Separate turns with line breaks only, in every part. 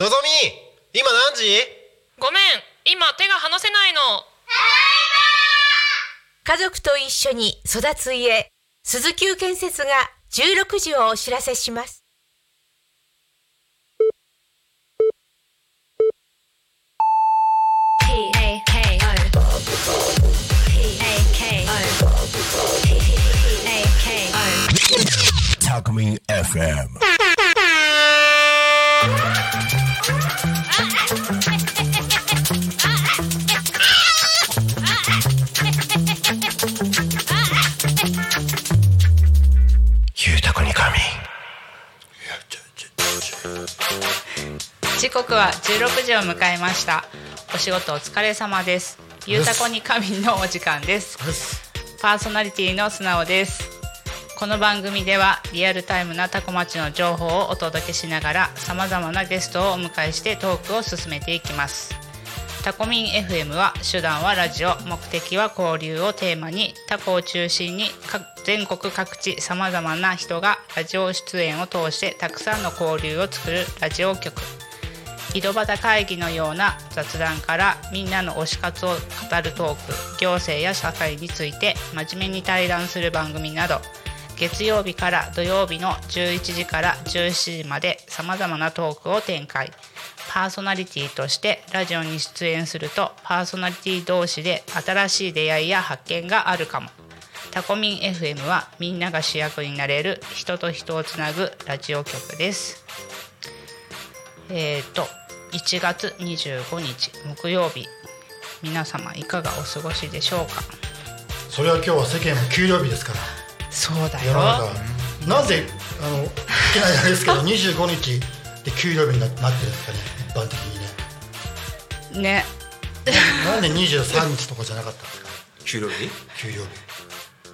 のぞみ今何時
ごめん今手が離せないの
家族と一緒に育つ家鈴木建設が16時をお知らせします
タクミン FM
ゆうたこに仮
時刻は16時を迎えましたお仕事お疲れ様ですゆうたこに仮眠のお時間ですパーソナリティの素直ですこの番組ではリアルタイムなタコ町の情報をお届けしながらさまざまなゲストをお迎えしてトークを進めていきますタコミン FM は手段はラジオ目的は交流をテーマにタコを中心に各全国各地さまざまな人がラジオ出演を通してたくさんの交流を作るラジオ局井戸端会議のような雑談からみんなの推し活を語るトーク行政や社会について真面目に対談する番組など月曜日から土曜日の11時から17時までさまざまなトークを展開パーソナリティとしてラジオに出演するとパーソナリティ同士で新しい出会いや発見があるかもタコミン FM はみんなが主役になれる人と人をつなぐラジオ局ですえっ、と1月25日木曜日皆様いかがお過ごしでしょうか
それは今日は世間は給料日ですから
そうだ
世の中
よ
なぜあのいきなりあれですけど 25日で給料日にななってるんですかね一般的にね
ね
なんで23日とかじゃなかったんですかね
給料日
給料日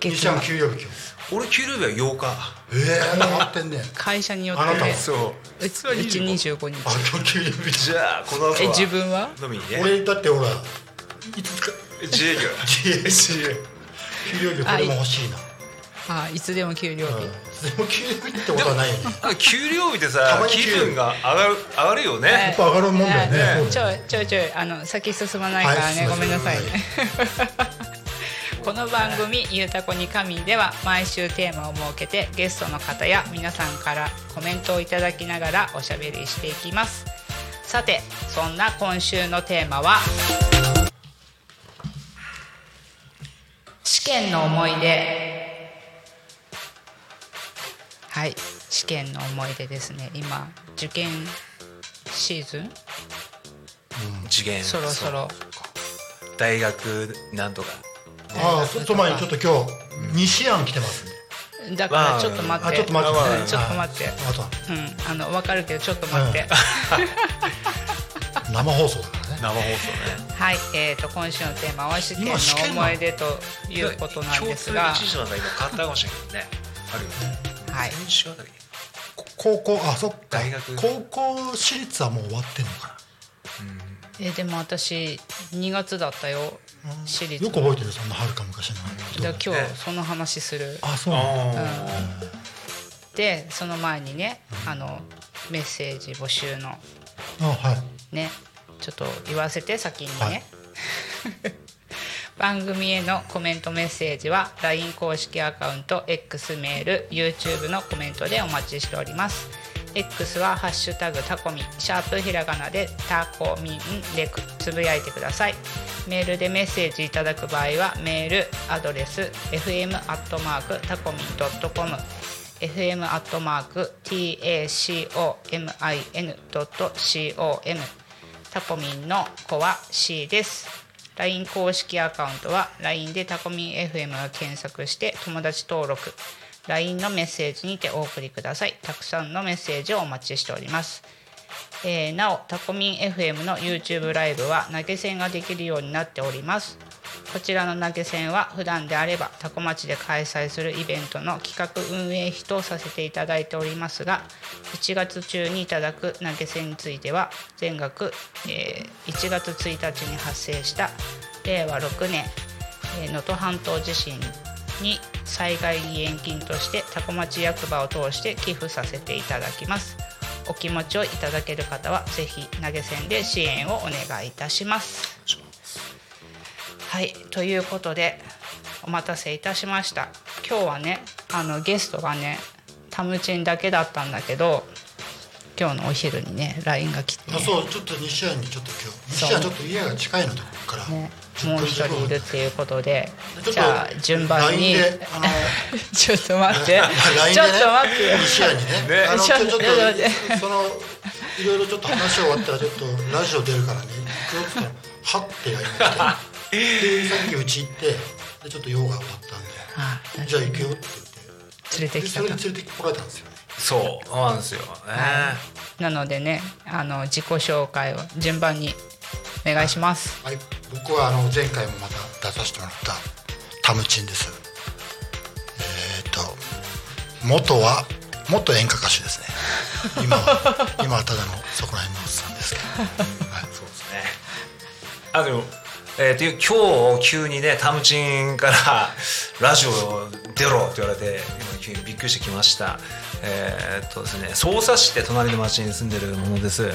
西
月
ちゃん
曜
も給料日今日
俺給料日は8日
ええー、回ってんね
会社によっ
あな
て
た
ね
は
そう
うちうち25日
あ今日給料日じ
じゃあこの後は
え自分は
飲みに
ゃ
ね
俺だってほらいつか
自営業
給料日これも欲しいな
あいつでも給料日、
うんでも給料日ってことはないよね
なんか給料日って
た
さ
まに
気
給料
分が上がる上がるよ
は
ね
い
やっぱ上がるもんだよね
はい
そう
ち
だ
ょ
よ
いちょいちょいあの先進まないからね、
はい
ごめんなさい ね
進ま
この番組「ゆうたこに神」では毎週テーマを設けてゲストの方や皆さんからコメントをいただきながらおしゃべりしていきますさてそんな今週のテーマは試験の思い出はい試験の思い出ですね今受験シーズン
次元
そろそろ
そう大学なんとか
ああそその前にちょっと今日西案来てますね
だからちょっと待って、
あちょっと待って
うんちょっと待って
あとは
うんあの分かるけどちょっと待って、
生放送だからね
生放送ね
はいえー、と今週のテーマは試験の
今試験なの
思い出ということなんですが
共通一時なんか今変わったかもしれないけどねあるよね
はい
先週あたり
こ高校あそっか
大学
高校私立はもう終わってんのか
えーでも私2月だったよ
なうん
私立
よく覚えてるそんなはるか昔のこと
だから今
ね
日その話する
あそうなんだ
でその前にねあのメッセージ募集の
あはい
ねちょっと言わせて先にね、
はい
番組へのコメントメッセージは LINE 公式アカウント X メール YouTube のコメントでお待ちしております X は「ハッシュタグタコミン」シャープひらがなでタコミンでくつぶやいてくださいメールでメッセージいただく場合はメールアドレス fm アットマークタコミンドットコム fm アットマーク tacomin ドット com タコミンの子は C です。LINE 公式アカウントは LINE でタコミン FM を検索して友達登録 LINE のメッセージにてお送りくださいたくさんのメッセージをお待ちしております、えーなおタコミン FM の YouTube ライブは投げ銭ができるようになっておりますこちらの投げ銭は普段であればタコ町で開催するイベントの企画運営費とさせていただいておりますが1月中にいただく投げ銭については全額、えー1月1日に発生した令和6年えー能登半島地震に災害義援金としてタコ町役場を通して寄付させていただきますお気持ちをいただける方はぜひ投げ銭で支援をお願いいたします。はいということでお待たせいたしました今日はねあのゲストがねタムチンだけだったんだけど今日のお昼にね LINE が来て、ね
あそうちょっと西谷にちょっと今日西谷ちょっと家が近いのところから、
ねもう一人いるっていうことで
ちょっと
じゃあ順番
LINE
に
であの
ちょっと待って
LINE
ち
で
ょっ
ね
と待ってよ
西谷にねあの
ち
ち
ょ
ょ
っと
ちょっ
ちょっと待
とそのいろいろちょっと話終わったらちょっとラジオ出るからね行くよって言ったらはって LINE が来てでさっきうち行ってでちょっと用が終わった
あ
んでじゃあ行くよって言って
連れて
で
き
そ
た
れ
と
で連れてこられたんですよね
そうなんですよね
なのでねあの自己紹介を順番にお願いします
はい僕はあの前回もまた出させてもらったタムチンですえっ、と元は元演歌歌手ですね 今は今はただのそこら辺のおっさんですけど、はい、そうです
ねあのえー、という今日急にねタムチンからラジオ出ろって言われて今急にびっくりしてきましたえー、っとですね匝瑳市って隣の町に住んでるものです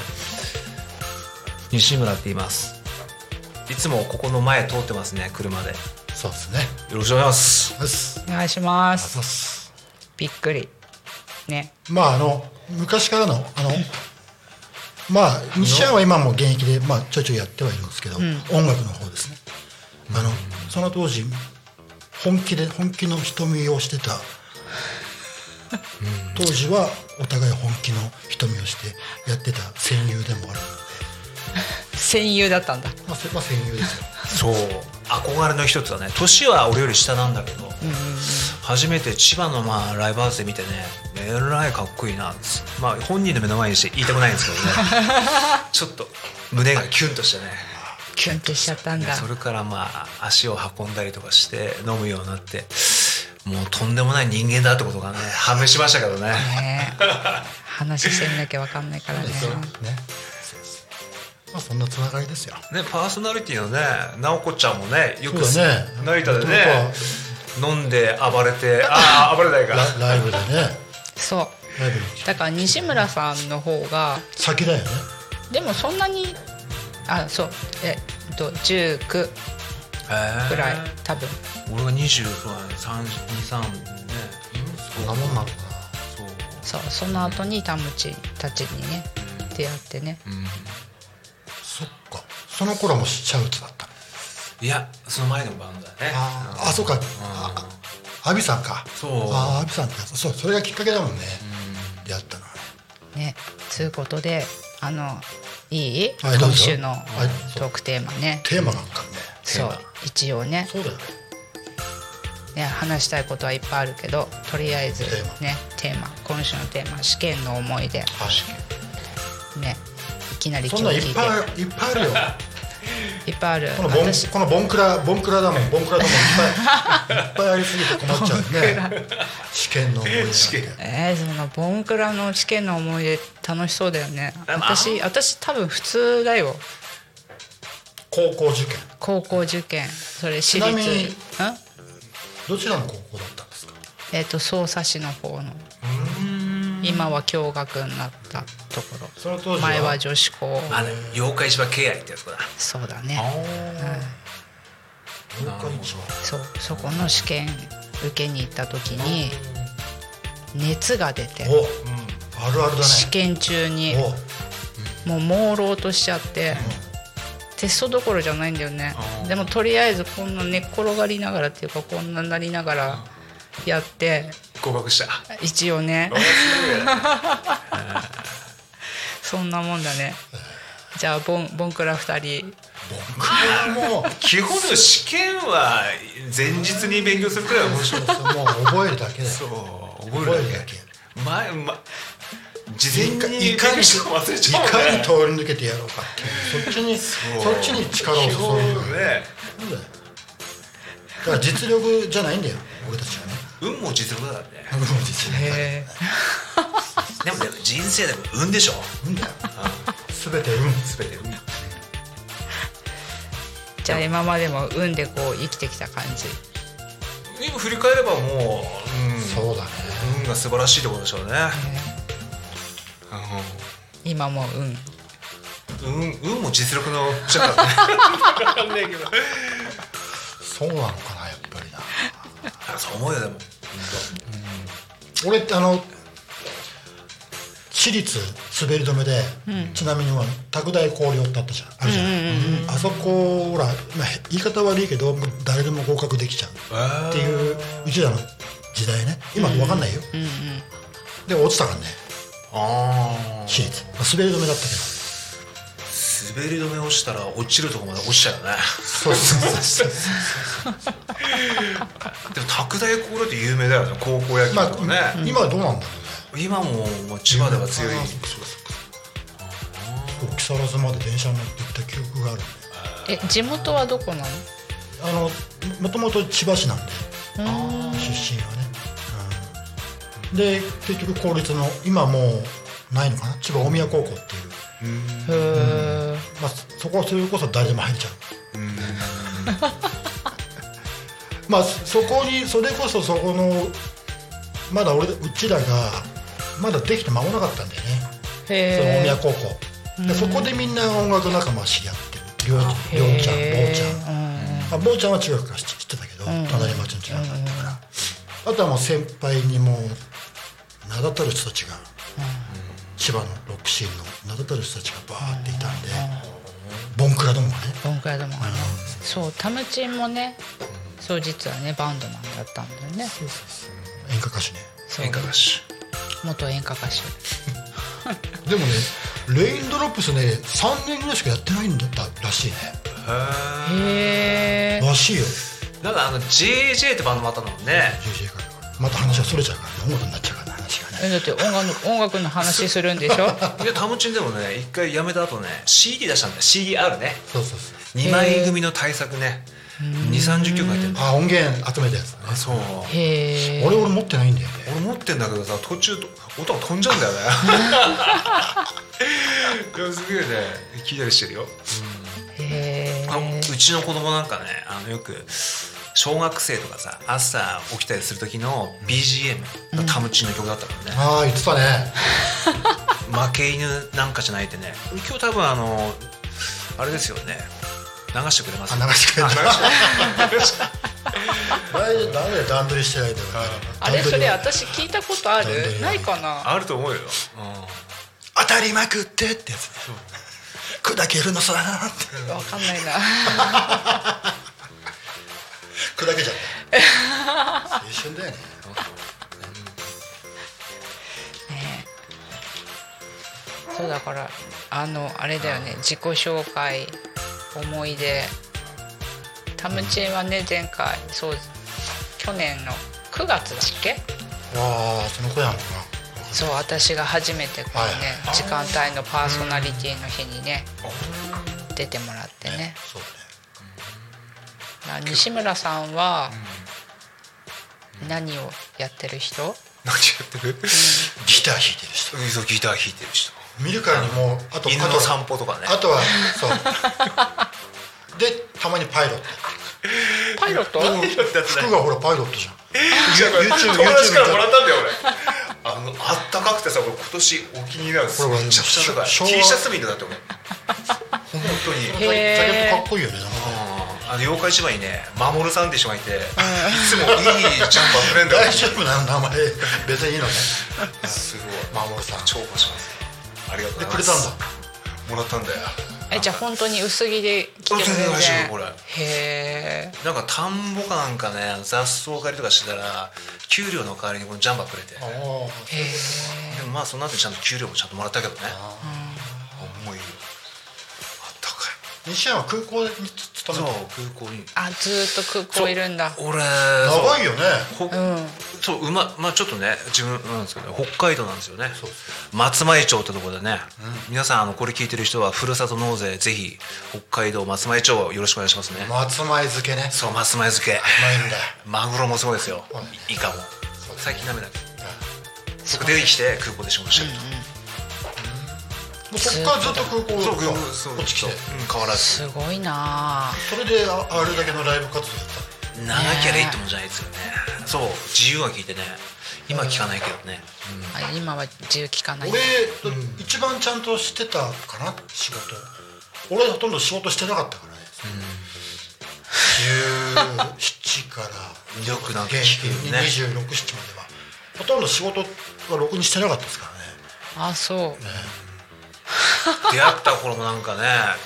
西村って言いますいつもここの前通ってますね車でよ
そうですね
ろしくお願いします
です
お願いしま
そ
す
うっす
びっくりね
まああの昔からのあのまあ西山は今も現役で、まあ、ちょいちょいやってはいるんですけど、音楽の方ですねあのその当時本気で本気の瞳をしてた当時はお互い本気の瞳をしてやってた戦友でもある
戦友だったんだ
ので、まあ、それは戦友ですよ
そう憧れの一つはね年は俺より下なんだけど、初めて千葉のまあライブハウスで見てねえらいかっこいいなっつまあ本人の目の前にして言いたくないんですけどねちょっと胸がキュンとしてね
キュンとしちゃったんだ
それからまあ足を運んだりとかして飲むようになってもうとんでもない人間だってことがね判明しましたけどね
ね話してみなきゃわかんないからね
ねまあそんなつながりですよ
ねパーソナリティのね直子ちゃんもねよく
そうだね
成田でね
なんか
飲んで暴れてああ暴れないか
ラライブでね
そう
ライブに
だから西村さんの方が
先だよね
でもそんなにあそうえっと19
へー
ぐらい多分
俺が20とか323ね
そんなもんなのかな
そ
そ
う
うその後にタムチたちにね出会ってね
そっかその頃もシャウトだったの
いやその前のバンドだね
ああそうかああアビさんか
そう
あアビさんってやつそうそれがきっかけだもんね出会ったのはね
ねつうことであのいい
はいど
今
うぞ
週の
はい
トークテーマね
テーマがあったんで
そう一応ね
そうだよね
ね、話したいことはいっぱいあるけどとりあえず
テーマ
ねテーマ今週のテーマ「試験の思い出
確」
ねいきなり
そん
今
なん
日
い
聞
っ
いて
ぱいあるいっぱいあるよ
いっぱいある
このボン
私
このボンクラボンクラだもんボンクラだもんいっぱいいっぱいありすぎて困っちゃう ね試験の思い出なんて
えー、そのボンクラの試験の思い出楽しそうだよね
あまあ
私私多分普通だよ
高校受験
高校受験それ私
ちな
立
みに
ん
どちらの高校だったんですか
えっ、と匝瑳市の方の今は共学になったところ
その当時は
前は女子校
あれ妖怪芝敬愛ってやつだ
そうだね
文化一番
そうそこの試験受けに行った時に熱が出て
お、あるあるだ
試
ね
験中に
お
もう朦朧としちゃってテストどころじゃないんだよねでもとりあえずこんな寝っ転がりながらっていうかこんななりながらやって
合格した
一応ね そんなもんだねじゃあボンボンクラ2人
もう
基本の試験は前日に勉強するくらいは面白い
もう覚えるだけだよ
そう
覚え
覚え
る
るだ
だ
け
け
前ま事前に勉強して忘れ
い
ちゃう
かに
ね
通り抜けてやろうかっていうそっちにそっちに力を注
基
ぐ
本
そうだよ
ね
だから実力じゃないんだよ俺たちはね
運も実力だね
運も実力だね
でもでも人生でも運でしょ
運だよ全て運
全て運
じゃあ今までも運でこう生きてきた感じ
今振り返ればもう、うん
そうだね
運が素晴らしいってことでしょうね、うん
今もう運
運運も実力のちょっとねわかんないけど
そうなのかなやっぱりな
あ そう思うよでも
俺ってあの私立滑り止めで、ちなみにほら拓大氷ってあったじゃんあるじゃん,、あそこほら、まあ、言い方悪いけどもう誰でも合格できちゃう
本当
っていううちらの時代ね今分かんないよ、で落ちたからね
ああ
私立、まあ、滑り止めだったけど
滑り止めをしたら落ちるとこまで落ちちゃうよね
そうそうそう
でも拓大高校って有名だよね高校野球
まあ
とかね、
今はどうなんだろうね
今ももう千葉では強い
あーそっかそっかそっか木更津まで電車に乗って行った記憶がある
え地元はどこなの
あのもともと千葉市なんで出身はね、うんで結局公立の今もうないのかな千葉大宮高校っていう
へ
まあ、そこはそれこそ誰でも入っちゃう。 まあそこにそれこそそこのまだ俺うちらがまだできて間もなかったんだよね、その大宮
え
高校、でそこでみんな音楽仲間知り合ってるりょうりょうちゃんぼうちゃん、あぼうちゃんは中学から知ってたけど、隣町の中学だったから、あとはもう先輩にもう名だたる人たちが、千葉のロックシーンの名だたる人たちがバーっていたんで、ボンクラどもがね
どんくらいでもあるそうタムチンもねそう実はねバンドマンだったんだよね
演歌歌手ね
そう
演歌歌手
元演歌歌手
でもねレインドロップスね3年ぐらいしかやってないんだったらしいね
へえ
らしいよ
なんかあの JJ ってバンドもあったんだもんね
JJ からまた話がそれちゃうからね音楽になっちゃうからね話がね
だって音楽の音楽の話するんでしょ
いやタムチンでもね一回辞めた後ね CD 出したんだよ CDR ね
そうそうそう
2枚組の対策ね2 3 0曲入ってる
あ音源集めたやつだね
あそう
へえ
俺俺持ってないんだよね
俺持ってんだけどさ途中音が飛んじゃうんだよね いやすげえね聞いたりしてるよ
へ
あうちの子供なんかねあのよく小学生とかさ朝起きたりする時の BGM がタムチンの曲だったからね、
ああ言ってたね
負け犬なんかじゃないってね今日多分あのあれですよね流してくれます
あ流してくれた
あ流して
大丈夫だめ段取りしてないんだから
あれ
段取
そ
り
れ
は
私聞いたことあ
段取り
る
は
ないかな
あると思うよ、
当たりまくってってやつね砕けるのさーって
わかんないな
砕けちゃった青春だよね
そうだからあのあれだよね自己紹介思い出タムチンはね前回そう去年の9月だっけ
ああその子やんか
そう私が初めてこのね
は
時間帯のパーソナリティの日にね出てもらってね
そうね
な西村さんは何をやってる人
何やってる
ギター弾いてる人
そうギター弾いてる 人
見るからにもうあと
犬
あ
の
と
散歩とかね
あとはそうでたまにパイロット
パイロット
服がほらパイロットじゃん
友
YouTube
達からもらったんだ よ俺あのあったかくてさ俺今年お気に入りなんですよ
これは
めちゃくちゃ高い
昭和
T シャツみたいだって俺本当に
へ
ジャケッ
え
トかっこいいよねなんか
あの妖怪芝にね守さんって人がいていつもいいジャンパーくれん だよ
大丈夫なの名前別にいいのね
すごい
守さん
重宝しますありがとうご
で
ざい
く
ま
れた
す
んだ
もらったんだよ
えじゃあ本当に薄着で着ても
全然
全
大丈夫
然
これ
へえ
なんか田んぼかなんかね雑草刈りとかしてたら給料の代わりにこのジャンパーくれてで
あ
へえ
もまあその後ちゃんと給料もちゃんともらったけどね重いよあったかい
ー西山は空港に勤
そう
めて
空港に
あずーっと空港いるんだ
俺
長いよね
そうこそううままあちょっとね自分なんですけど北海道なんですよね松前町ってところでね、皆さんあのこれ聞いてる人はふるさと納税ぜひ北海道松前町をよろしくお願いしますね、
松前漬けね
そう松前漬け
うまいんだ
マグロもすごいですよ
はい
イカも
そう
最近ダメだけど僕出てきて空港で仕事してる
もうそっからずっと空港
と、
こ
そう
っち来て
うん変わらず
すごいなあ
それでああれだけのライブ活動やった
長きゃいいってもんじゃないですよねそう自由は聞いてね今聞かないけどね、
あ今は自由聞かない
俺、一番ちゃんとしてたかな仕事俺ほとんど仕事してなかったからね、17から
よくなんか
現
聞くよね
2627まではほとんど仕事はろくにしてなかったですからね
あそう
出会った頃もなんかね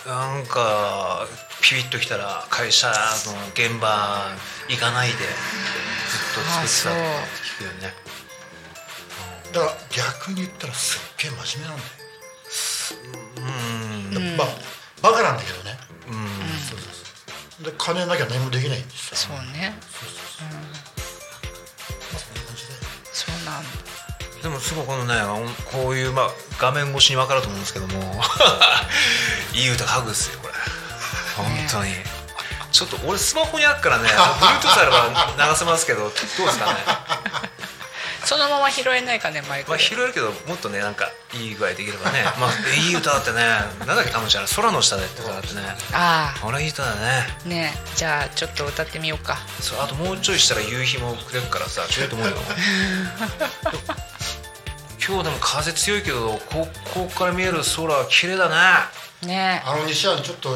なんかピリッときたら会社の現場行かないでずっと作ってたって聞くよね
だから逆に言ったらすっげえ真面目なんだよ
うん
やっぱバカなんだけどね
うん
そうそうそうで金なきゃ何もできないんです
そ
よ
うね
まあそんな感じで
そうなんだ
でもすごいこのねこういう、まあ、画面越しに分かると思うんですけども いい歌ハグですよこれ本当に、ちょっと俺スマホにあっからね Bluetooth あれば流せますけどどうですかね、
そのまま拾えないかねマイク
まあ、拾えるけどもっとねなんかいい具合できればね、まあ、いい歌だってねなんだっけタムちゃん空の下でって歌だってね
あ
これいい歌だね
あねえじゃあちょっと歌ってみようか
そうあともうちょいしたら夕日も暮れるからさちょいと思うよ今日でも風強いけどここから見える空は綺麗だね
ね
あの西山ちょっと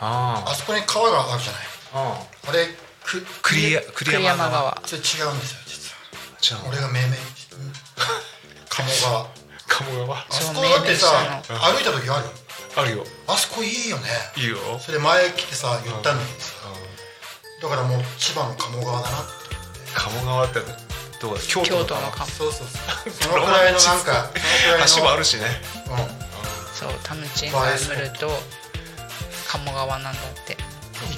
あ
あそこに川があるじゃない
あ
あれく
クリア
え栗山
川
川
それ違うんですよ実は
じゃあ
俺が命名鴨 川
鴨川
あそこだってさ
そ
歩いた時ある
あるよ
あそこいいよね
いいよ
それ前来てさ言ったのにさだからもう千葉の鴨川だなって
鴨川ってどこだ京都
京
の
都のか
そうそうそうそのくらいのなんか
橋
その
も
く らい
あ
の
るしね
うん
そうタムチンが見ると鴨川なんだって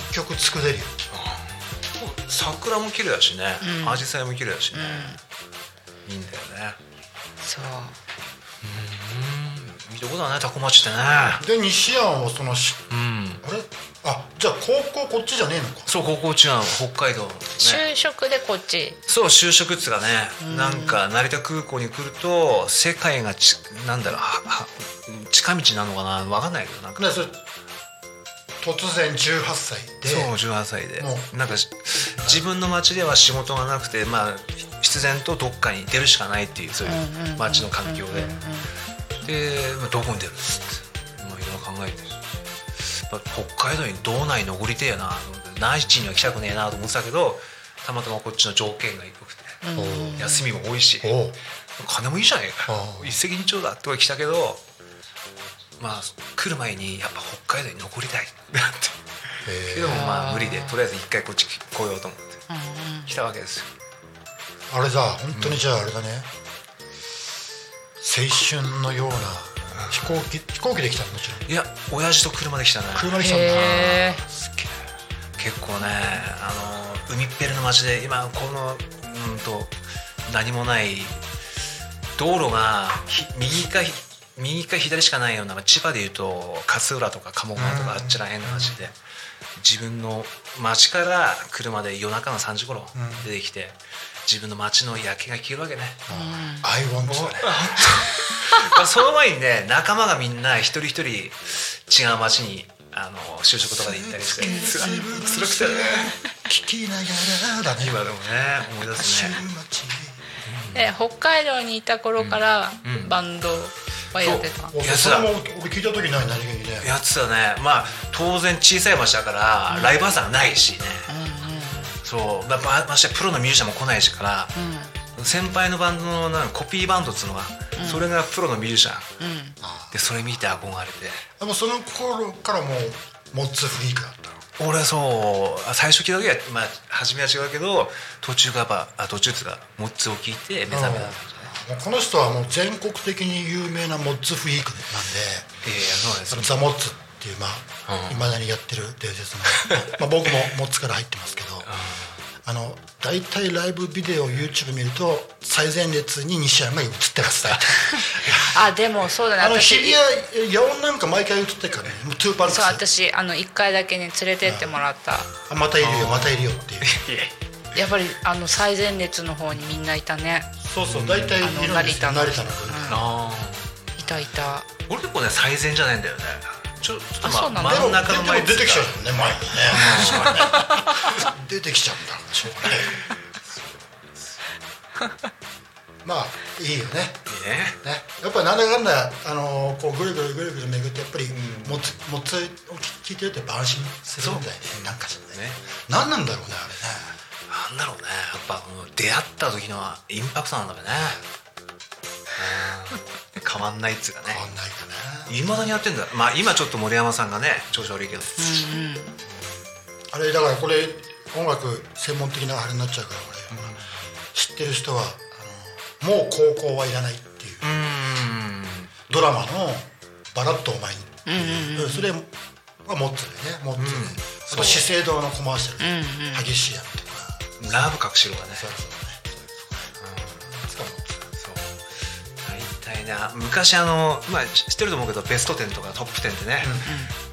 一曲作れるよ
桜も綺麗だしね紫陽花も綺麗だしねいいんだよね
そう
いいとこだねタコ町ってね
で西山をそのし
うん
あれあじゃあ高校こっちじゃねえのか
そう高校中なの北海道ね
就職でこっち
そう就職っつうかねなんか成田空港に来ると世界がちなんだろうはは近道なのかな分かんないけどなんか
ねそれ突然18歳で
そう18歳で
も
なんかし自分の町では仕事がなくて、まあ、必然とどっかに出るしかないっていうそういう町の環境でで、まあ、どこに出るっつって、まあ、いろいろ考えてやっぱ北海道に道内残りてえやなと思って内地には来たくねえなと思ってたけどたまたまこっちの条件が良くて、休みも多いし
おう
金もいいじゃねえか
うん
一石二鳥だって俺来たけどまあ来る前にやっぱ北海道に残りたいなって。
へえ
けどもまあ無理でとりあえず一回こっち来ようと思って、来たわけですよ
あれだ本当にじゃああれだね、青春のような飛行機飛行機で来たのもちろん
いや親父と車で来たね
車で来たんだ
へえ
結構ねあの海っぺりの街で今このうんと何もない道路がひ右かひ右か左しかないようなまあ千葉でいうと勝浦とか鴨川とかあっちらへんの街で自分の街から車で夜中の3時頃出てきて自分の街の夜景が消えるわけね、
「I want to」
まあその前にね仲間がみんな一人一人違う町にあの就職とかで行ったりしてつらくてね
聞きながらだね
今 でもね思い出す
週
ね
末
え北海道にいた頃から
うん
バンドはやってた、
そ
に
いや
それも俺聞いた時ない何気にね
やつはねまあ当然小さい町だからライブハウスはないしねそうままましてプロのミュージシャンも来ないしから先輩のバンドのなんかコピーバンドっつうのがそれがプロのミュージシャンでそれ見て憧れて。
でもその頃からもうモッツフリークだったの
俺はそうあ最初聞いた時は、まあ、初めは違うけど途中がやっぱあ途中っつうかモッツを聞いて目覚めたんですよ
も
ね
うこの人はもう全国的に有名なモッツフリークなんで
いやいやそうです
そのザ・モッツっていうまあいまだにやってる伝説の、まあ、僕もモッツから入ってますけどあの大体ライブビデオ YouTube 見ると最前列に西山が映っ てます大体
あでもそうだね
あの
私
日比谷野音なんか毎回映ってるからねもうトゥーパンク
そう
ス
私あの1回だけね連れてってもらった
あまたいるよまたいるよっていう
やっぱりあの最前列の方にみんないたね
そうそう大体いるん
あの
ですよ
成田の
成田の方に
あ
いたいた
ー俺結構ね最善じゃないんだよねちょちょっと
あそうな
ま
ん
あ
だ
真ん中の
でも
前
出てきちゃう
う
もんね前にね出てきちゃうんだしょうがないまあいいよね
いね
ね、やっぱりなんだかんだあのーこうぐるぐるぐるぐる巡ってやっぱりもつもつを聞いてるとやっぱ安心するみたいねなんかしらね
ね
何なんだろうねあれ
なんだろうねやっぱこの出会った時のインパクトなんだろうねうん変わんないっつうかね
ね変わんないかね
いまだにやってんだまあ今ちょっと森山さんがね調子悪いけど、
あれだからこれ音楽専門的なあれになっちゃうからこれ、知ってる人はあのーもう高校はいらないっていうドラマの「バラッとお前に」うんそれはモッツだよねモッツで、あと資生堂のコマーシャル、激しいやつとか。
ラブ隠しろがね
そうそうね。しかも
そう大体ね昔あの、まあ、知ってると思うけどベスト10とかトップ10ってね、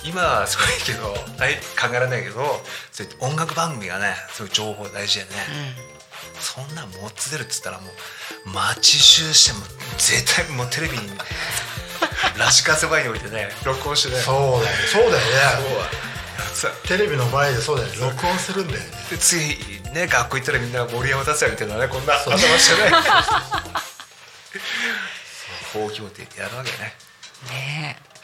今はすごいけど大考えられないけどそういう音楽番組がねそういう情報大事でね、そんなん持つ出るっつったらもう街集しても絶対もうテレビにラジカセ前に置いてね録音してね
そうだよそうだよね
そう
テレビの前でそうだよね録音するんだよね
で次ね学校行ったらみんな森山達也みたいなねこんな頭 してねそうほうき持ってやるわけね
ねえ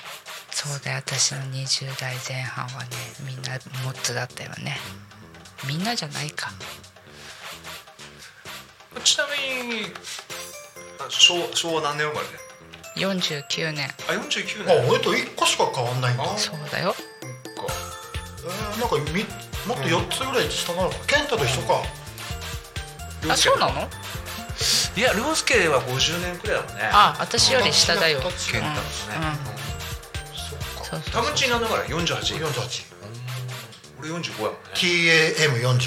そうだよ私の20代前半はねみんなモッツだったよねみんなじゃないか
ちなみにあ昭昭和何年生まれで
49年
あ49年
あ俺と1個しか変わんないんだ
あ
そうだよ
か
えーなんかみもっと4つぐらい下なのか健太と一緒か
あそうなの
いや涼介は50年くらいだもんね
あ私より下だよ
うん
健太ですね、
そっか
そうそ
田
う
口なんだから48
48TAM48
俺45やもんね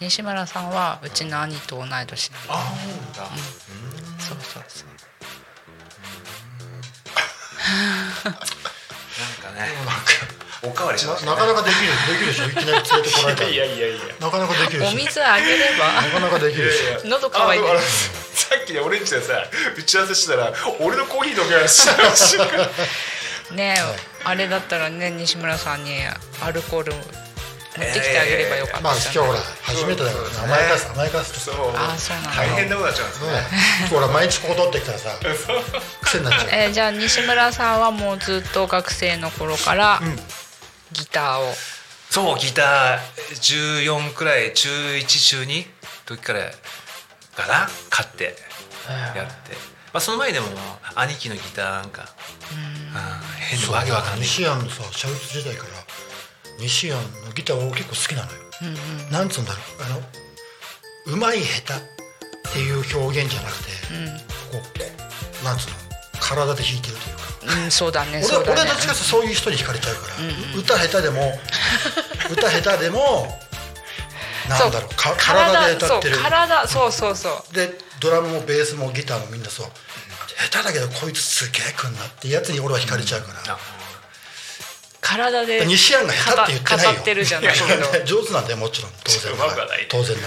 西村さんはうちの兄と同い年なんだ
ああだ、
そうそうそう
なんかねおかわりしました
なかなかできるできるでしょ いきなり連れてこられたら
いやいやいや
なかなかできるで
お
しょ
水あげれ
なかなかできるでしょ
ば喉乾いて
あ
る
のあのさっきね俺んちでさ打ち合わせしてたら俺のコーヒー飲みながらしてたら
ねえ、あれだったらね西村さんにアルコール持ってきてあげればよか
まあ
っ
今
た
日
じゃない、
ほら初めてだからね甘やかす甘やかす
そ
と
う
あそうなんだ
大変なことになっちゃうんです
ね
ね
ほら毎日ここ取ってきたらさ癖になっちゃう
えーじゃあ西村さんはもうずっと学生の頃からギターを、
そうギター14くらい中1中2時からかな買ってやって、まあ、その前でも兄貴のギターなんか、あー変
そ
な
う
わけわかんない
西安のさシャウツ時代から西安のギターを結構好きなのよ、なんつうんだろうあのうまい下手っていう表現じゃなくて、こうこうなんつうの体で弾いてるというか
うん、そうだね
俺
そうだ
俺は
ね
どっちかっていうとそういう人に惹かれちゃうから、歌下手でも 歌下手でもなんだろうか体で歌ってる
そう体そうそうそう
でドラムもベースもギターもみんなそう下手だけどこいつすげえくんなってやつに俺は惹かれちゃうから、
体で
西安が下手って言ってないよ
語ってるじゃないけど
上手なんだよもちろん当然なが
上手く
ら
はない
当然な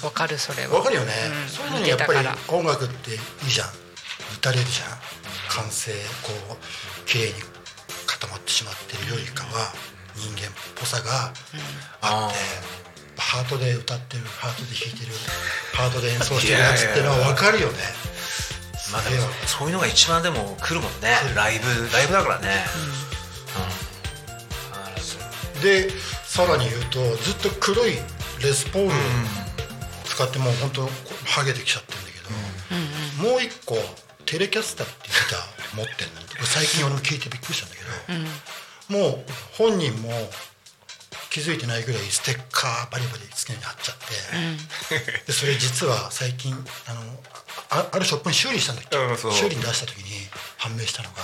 が
わかるそれ
らわ
は
かるよね、
うん
そういうのにやっぱり
見てたか
音楽っていいじゃん打たれるじゃん完成こう綺麗に固まってしまってるよりかは人間っぽさがあって、ハートで歌ってるハートで弾いてるハートで演奏してるやつってのはわかるよね
まあでもそういうのが一番でも来るもんねライブライブだからね、うんあーそう
でさらに言うとずっと黒いレスポールを使ってもう本当ハゲてきちゃってるんだけど、もう一個テレキャスターっていうギター持ってんの俺最近俺も聞いてびっくりしたんだけど、もう本人も気づいてないぐらいステッカーバリバリ常に貼っちゃって、でそれ実は最近あのああるショップに修理したんだっけ、
うんそう
修理に出した時に判明したのが、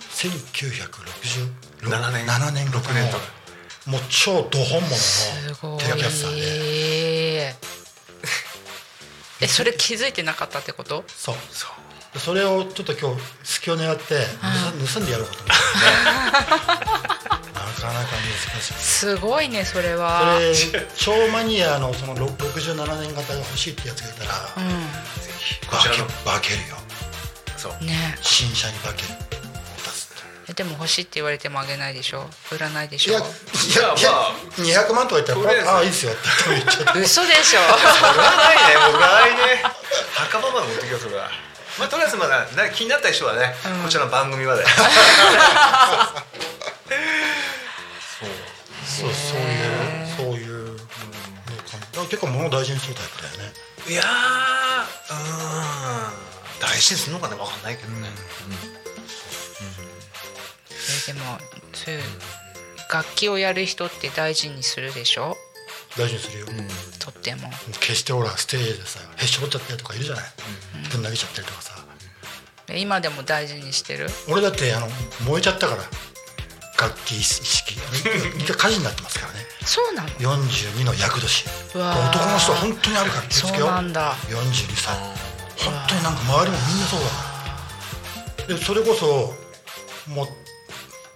1967
7年
7年6年
年と
と
か
もう超ド本物
すご
の
い
テレキャスターで
えそれ気づいてなかったってこと
そう
そう
でそれをちょっと今日隙を狙って盗ん盗んでやろうかと思って、なかなか難しい
すごいねそれは
それ超マニアのその6 67年型が欲しいってやつがいたら、
ぜひこ
化
ちら
け
の
化けるよ
そう
ね
新車に化ける出す
えでも欲しいって言われてもあげないでしょ売らないで
い
し
や
ょ
い
や
やいや
まあ
200万とか言った
とりあえ
ら
ず
「ああいいっすよ」って言っちゃって
嘘でしょ
売らないねもう売らないね墓場まで持ってきますからまあとりあえずまだな気になった人はね、こちらの番組までそ
そ
う
うそういうそういう、うん、結構物を大事にするタイプだよね
いやーうーん大事にするのかねわかんないけどね、
えでもそういう楽器をやる人って大事にするでしょ
大事にするよ、
とっても
決してほらステージでさへし折っちゃったりとかいるじゃないぶん投げちゃったりとかさ
え今でも大事にしてる
俺だってあの燃えちゃったから楽器一式一回火事になってますからね
そうなの
42の厄年
う
男
わー
の人は本当にあるから気をつけよ
そうなんだ
42歳本当になんか周りもみんなそうだからでそれこそもう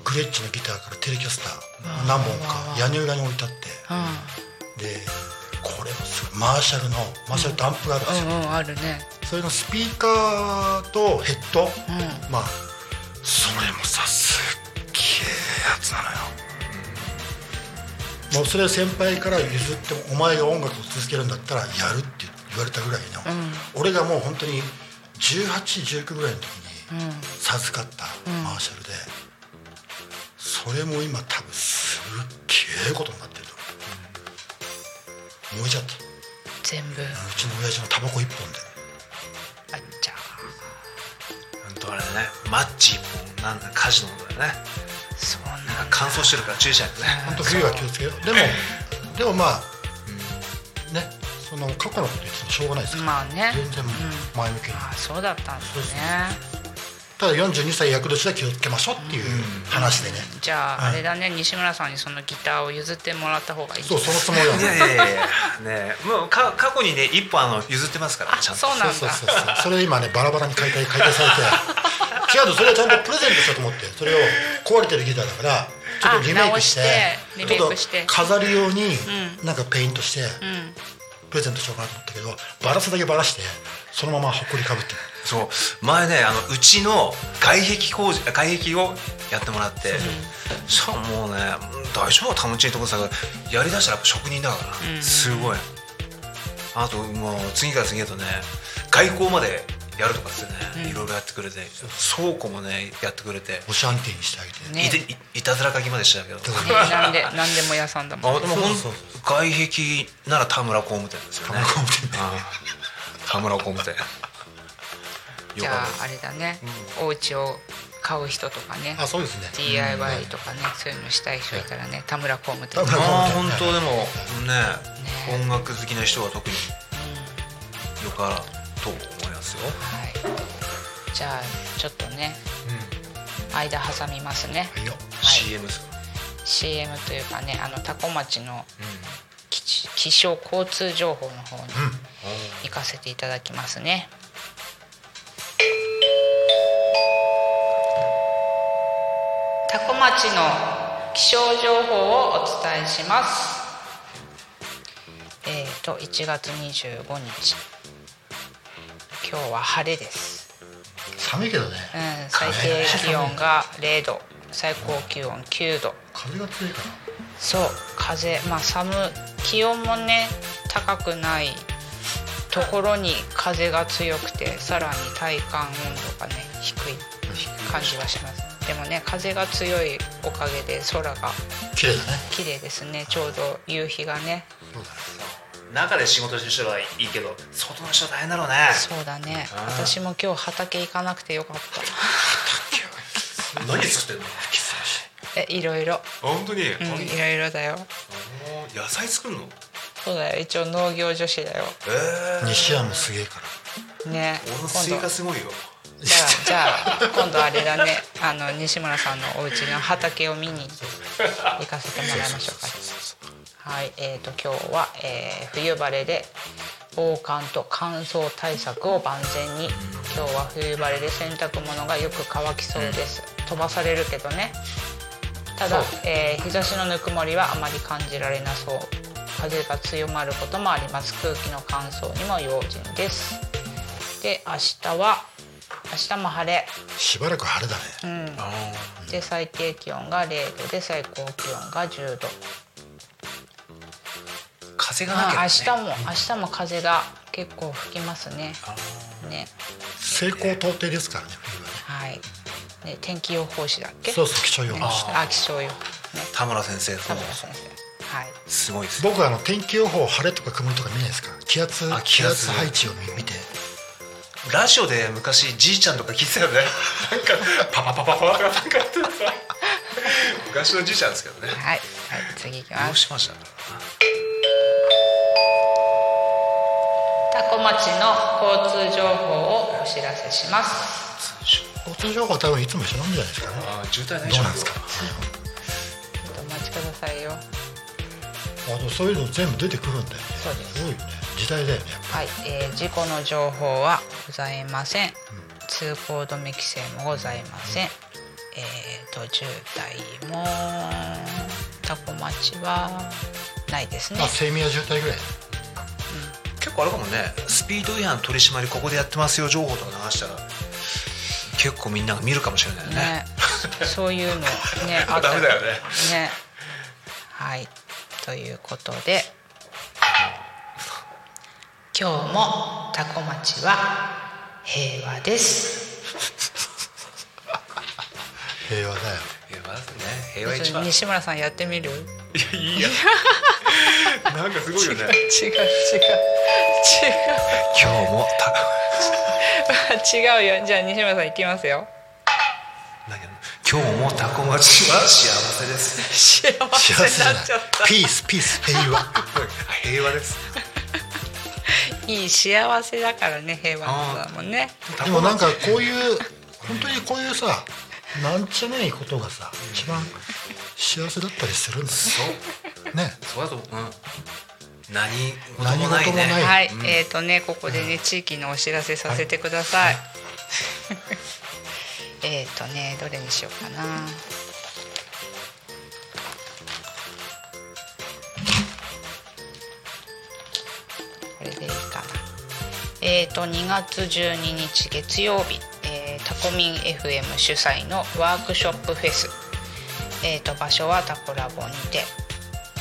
グレッチのギターからテレキャスター何本か屋根裏に置いてあっ
う
てでこれもすごいマーシャルのマーシャルってアンプがあるんですよ
んうんうんあるね
それのスピーカーとヘッド、
ん
まあそれもさすっげえやつなのよ、もうそれは先輩から譲ってもお前が音楽を続けるんだったらやるって言われたぐらいの、俺がもう本当に1819ぐらいの時に授かったマーシャルで、それも今多分すっげえことになってると思う、燃えちゃったう
全部
ちの親父のタバコ一本で。
あっちゃ
本当あれだねマッチ一本なんだ火事のことだよね
そうなんだ
なんか乾燥してるから注意しないとね
本当冬は気をつけようでもでもまあ、ねその過去のこと言ってもしょうがないですから、
まあね
全然前向きに、
あそうだったんだ
そうそう
ね
ただ42歳厄年は気をつけましょうっていう話でね、
じゃあ
はい
あれだね西村さんにそのギターを譲ってもらった方がいい
そうそのつもりはね
いやいやいやいやねもうか過去にね一本あの譲ってますからねちゃんと
そうなんだ
そうそうそうそれ今ねバラバラに解体解体されて違うとそれはちゃんとプレゼントしたと思ってそれを壊れてるギターだからちょっとリメイクして
あ直してリメイ
ちょっ
クして
と飾るようになんかペイントして、プレゼントしようかなと思ったけどバラすだけバラしてそのままほこりかぶってる
そう前ねあのうちの外壁工事外壁をやってもらってそうもうねうん大丈夫タムチンとこさやりだしたらやっぱ職人だから、すごいあともう次から次へとね外交までやるとかっつってね、いろいろやってくれて倉庫もねやってくれて、
オシャンティーにしてあげて、
ね
いでいいたずら書きまでし たけど
だ
ね
から
なんでなんでも屋さんだもん
あでもほん外壁なら田村工務店ですよね
田村工務店
ああ田村工務店
じ
よ
ゃ
か
あ
った
あれだね、お家を買う人とかね
あそうですね
DIY とかね、そういうのしたい人いたらね田村工務店
田村
ああ
工
本
務店
当でも
ね
ね音楽好きな人は特によかと思いますよ
はいじゃあちょっとね、間挟みますね、
はいよ
CM ですか
CM というかねあの多古町の気地気象交通情報の方に行かせていただきますね、多古町の気象情報をお伝えしますえー、と1月25日今日は晴れです
寒いけどね、
うん、最低気温が0度最高気温9度
風が強いか
そう風まあ寒気温もね高くないところに風が強くてさらに体感温度がね低い感じはしますでもね風が強いおかげで空が
ら綺麗だね
綺麗ですねちょうど夕日がね
そうだね
中で仕事してる人はいいけど外の人大変だろうね
そうだね私も今日畑行かなくてよかっ
何作ってんの
たえいろいろ、
本当に
うん、いろいろだよ
野菜作るの
そうだよ一応農業女子だよ
え
西山すげえから
ね
え俺のスイ
今
カ
度
すごいよ
じゃあじゃあ今度あれだねあの西村さんのお家の畑を見に行かせてもらいましょうかはいえー、と今日は、えー冬晴れで防寒と乾燥対策を万全に今日は冬晴れで洗濯物がよく乾きそうです飛ばされるけどねただ、えー日差しのぬくもりはあまり感じられなそう風が強まることもあります空気の乾燥にも用心ですで明日は明日も晴れ
しばらく晴れだね、
で最低気温が0度で最高気温が10度、
風がなき
ま
ゃ
あ、
ね
明日も明日も風が結構吹きますね
あー
成功到底ですからね冬はね
はい。ね、天気予報士だっけ。
そうそう気象予
ね
報士
あ、気象予報。ね、
田村先生
田
と
村先生。はい。
すごいですね
僕はあの天気予報晴れとか曇りとか見ないですから気圧
あ
気
気圧
圧配置を見見て
ラジオで昔じいちゃんとか聞いてたよねなんかパパパパパパとかなんかやってた昔のじいちゃんですけどね
はい。はい、次いき
ど
ま
う
す。
しました
タコ町の交通情報をお知らせします。
交通情報は多分いつも一緒なんじゃないですかね
あー渋滞
どうなんですか
ちょっとお待ちくださいよ。
あでもそういうの全部出てくるんだよね
そうです
ごいよね時代だよねやっぱ
はい、えー事故の情報はございません。通行止め規制もございません。えー、と渋滞もタコ町はないですね
まあ。セミや渋滞ぐらい
結構あれかもねスピード違反取り締まりここでやってますよ情報とか流したら結構みんなが見るかもしれないよね
ね、そういう のね、あった
ダメだよね
ね。はい、ということで。今日もタコ町は平和です。
平和だよ
平和ですね平和一番い
西村さんやってみる。違う
やいいや なんかすごいよね
違う違う
今日もた
違う違うよ。じゃあ西村さん行きますよ。
なんか今日もタコ町は幸せです
幸
幸
せ
せ
に
だ
なっちゃっ
ピースピース平和
平和です
た。いい幸せだからね平和のことだもんね。
でもなんかこういう本当にこういうさなんちゃないことがさ一番幸せだったりするんだ
そう
よね
そうだと思う、うん、何事もな
何
い
事も
ね
ない
はい、えっ、とねここでね地域のお知らせさせてください。 えっとねどれにしようかな。これでいいかな。えっ、と2月12日月曜日、えータコミン FM 主催のワークショップフェス。えっ、と場所はタコラボにて。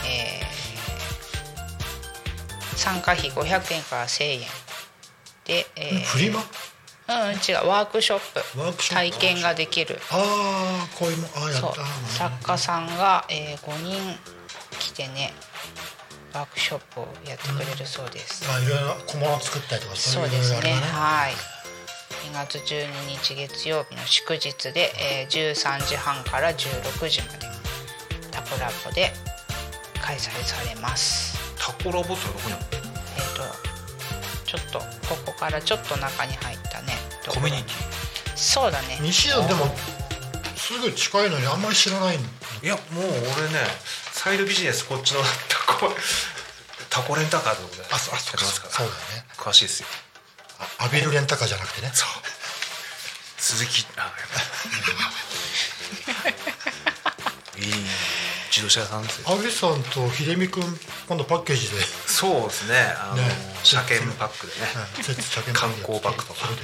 えー参加費500円から1000円で、えー
フリマ
うん違うワークショップ
ワークショップ
体験ができる
ああこういうもああやった
そ
あ
う
ー
作家さんが、えー5人来てねワークショップをやってくれるそうです、
まあいろいろ小物作ったりとかそ
そうう
いうい
で
ろい
す
ろあれ
ね
だね
はい2月12日月曜日の祝日で、えー13時半から16時までタコラボで開催されます
タコラボってどこにある
えっ、とちょっとここからちょっと中に入ったねとこ
コ
ろ
ミュニテ
そうだね
西野でもすぐ近いのにあんまり知らないの
ィいやもう俺ねサイドビジネスこっちのタコタコレンタカーのことで
あそあそ
や
う
って
か
ますから
そうだよね
詳しいですよ
あアビルレンタカーじゃなくてね
そう鈴木あやばいいい自動車屋さんですよ
阿部さんと秀美君今度パッケージで、
そうですねあの
ね
車検パックでね、
うん、設置車検
観光バッグとか
それで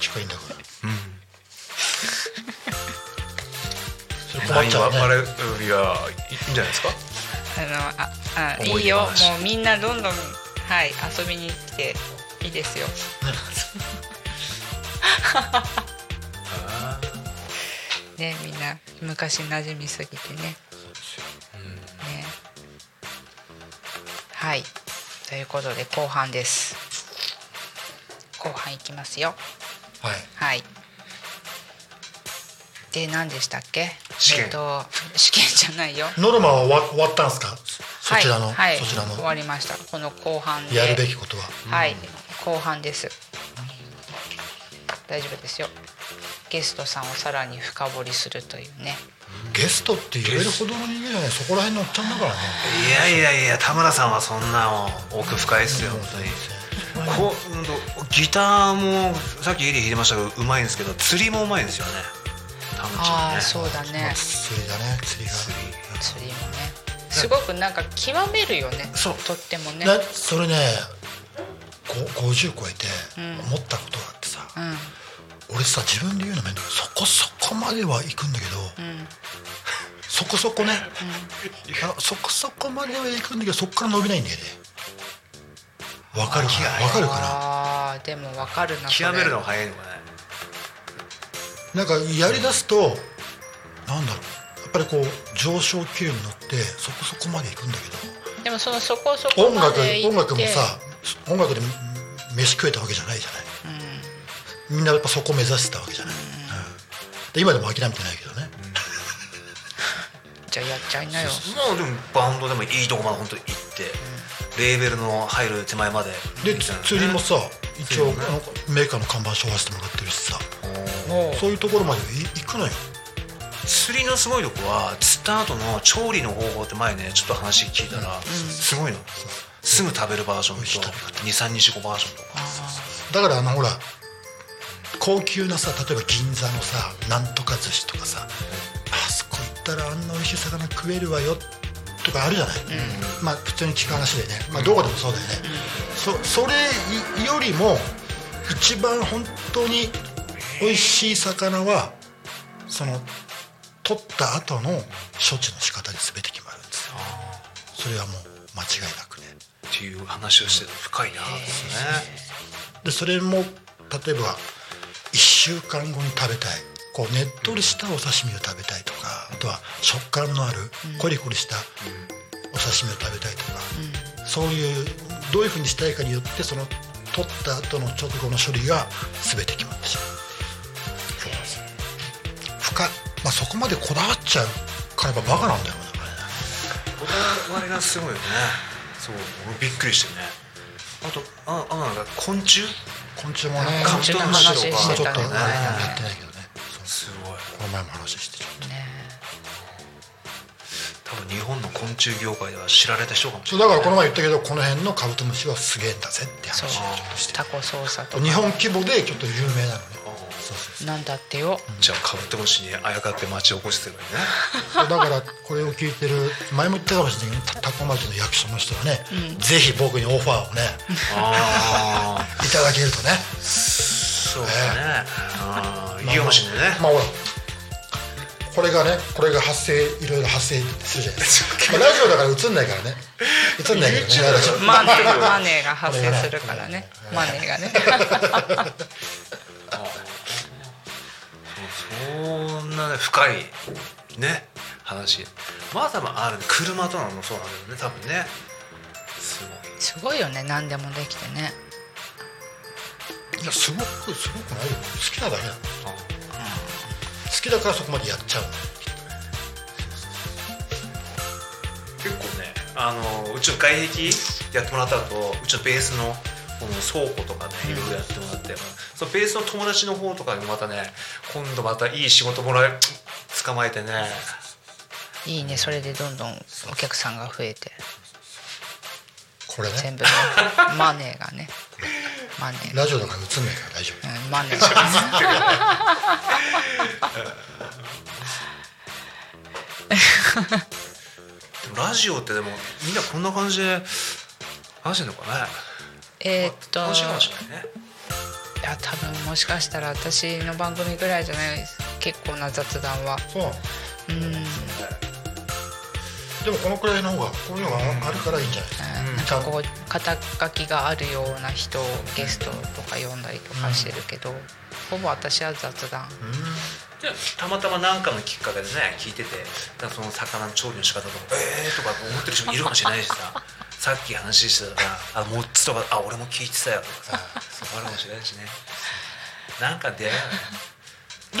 近いんだからそれ困っちゃうね
あれいやいいんじゃないですか
あのああ
思い出
いいよも
話
うみんなどんどんはい遊びに来ていい ですよねみんな昔馴染みすぎてねねはいということで後半です後半いきますよ
はい
はい。で何でしたっけ？
試験
えっと試験じゃないよ。
ノルマは終わ終わったんですかそちらの、
はい、はい
そちらの
終わりました。この後半で
やるべきことは
はい後半です。大丈夫ですよ。ゲストさんをさらに深掘りするというね。
ゲストって言えるほどの人間じゃないそこら辺のおっちゃんだからね
いやいやいや田村さんはそんなもん奥深いですよ本当にこううんとギターもさっきエリー弾いてましたけどうまいんですけど釣りもうまいんですよね田村ちゃん
あ
ね
あそうだ
ま
ね
あ。釣りだね釣りが
釣り
釣りもね。すごくなんか極めるよね。
そう
とってもね。
だそれねこ50超えて思ったことがあってさ、
うん
俺さ自分で言うの面倒くさいそこそこまでは行くんだけど、そこそこね、あのそこそこまでは行くんだけどそこから伸びないんだよねわかるかなわかるかな
あああでもわかるな
極めるの
の
が早いのかね
なんかやりだすとなんだろうやっぱりこう上昇気流に乗ってそこそこまで行くんだけ
でもそのそこそ
ど
こ
音
ま
楽
で行って
音楽もさ音楽で飯食えたわけじゃないじゃないみんなやっぱそこ目指してたわけじゃない、うんで今でも諦めてないけどね、
じゃあやっちゃいなよ
もうでもバンドでもいいとこまで本当に行ってレーベルの入る手前まで
で
みたいなね
釣りもさ一応
釣りもね
あのメーカーの看板紹介してもらってるしさ
もう
そういうところまでい行くのよ
釣りのすごいとこは釣った後の調理の方法って前ねちょっと話聞いたらすごいのすぐ食べるバージョン
美味しい
と
食べ方
23日後バージョンとか
だからあのほら高級なさ例えば銀座のさなんとか寿司とかさあそこ行ったらあんな美味しい魚食えるわよとかあるじゃない、まあ普通に聞く話でね、まあ、どこでもそうだよね、そそれいよりも一番本当に美味しい魚はその取った後の処置の仕方で全て決まるんですよそれはもう間違いなくね
っていう話をしてて深いなですね
でそれも例えば1週間後に食べたいこうねっとりしたお刺身を食べたいとかあとは食感のあるコリコリしたお刺身を食べたいとか、そういうどういうふうにしたいかによってその取った後の直後の処理が全て決まってしまう深い、まあ、そこまでこだわっちゃうからやっぱバカなんだよね
こだわりがすごいよねそう俺びっくりしてねあとああなんだ昆虫
昆虫もね
昆
虫
虫
の
の
話して
話と
ま
してた
あちょっと
か
ね
ねやってないけどねそう
すごい
この前も話してちょっと
ね
多分日本の昆虫業界では知られた人かもし
そう
れな
だ
い
からこの前言ったけどこの辺のカブトムシはすげえんだぜって
そう
話をちょっとして
タコ操作と
日本規模でちょっと有名なのねそうそう
かなんだってよ
じゃあカブトムシにあやかって町を起こしてればいいね
そうだからこれを聞いてる前も言ったかもしれないけどタコ町の役所の人はね、ぜひ僕にオファーをね
ああ
いただけるとね
そうだねあ ーいいかもしれないね
まあほらこれがねこれが発生いろいろ発生するじゃない ですか、まあラジオだから映んないからね映んないけどねラジオ
マネーマネーが発生するからねマネーがね
そんなね深いね話まあ多分ある車とのもそうなんだよね多分ねすごい
すごいよね何でもできてね
いやすごくすごくないよ好きなだけなの好きだからそこまでやっちゃうの
結構ねあのうちの外壁やってもらった後うちのベースのこの倉庫とかねいろいろやってもらって、そのベースの友達の方とかにもまたね今度またいい仕事もらえ捕まえてね
いいねそれでどんどんお客さんが増えて
これね
全部ねマネーが ねマネーが
ラジオだから映んないから大丈夫
うんマネーがね
でもラジオってでもみんなこんな感じで話してんのかね
えーっと
楽しいかもしれないね
いや多分もしかしたら私の番組ぐらいじゃないです結構な雑談は
そうなの
うんね
でもこのくらいの方がこういうのがあるからいいんじゃないですか、
なんかこう肩書きがあるような人をゲストとか呼んだりとかしてるけど、ほぼ私は雑談
じゃあたまたま何かのきっかけでね聞いててなんかその魚の調理の仕方とか「えー」とか思ってる人もいるかもしれないしささっき話してたら「あモッツ」とか「あ俺も聞いてたよ」とかさそうあるかもしれないしねなんか出会い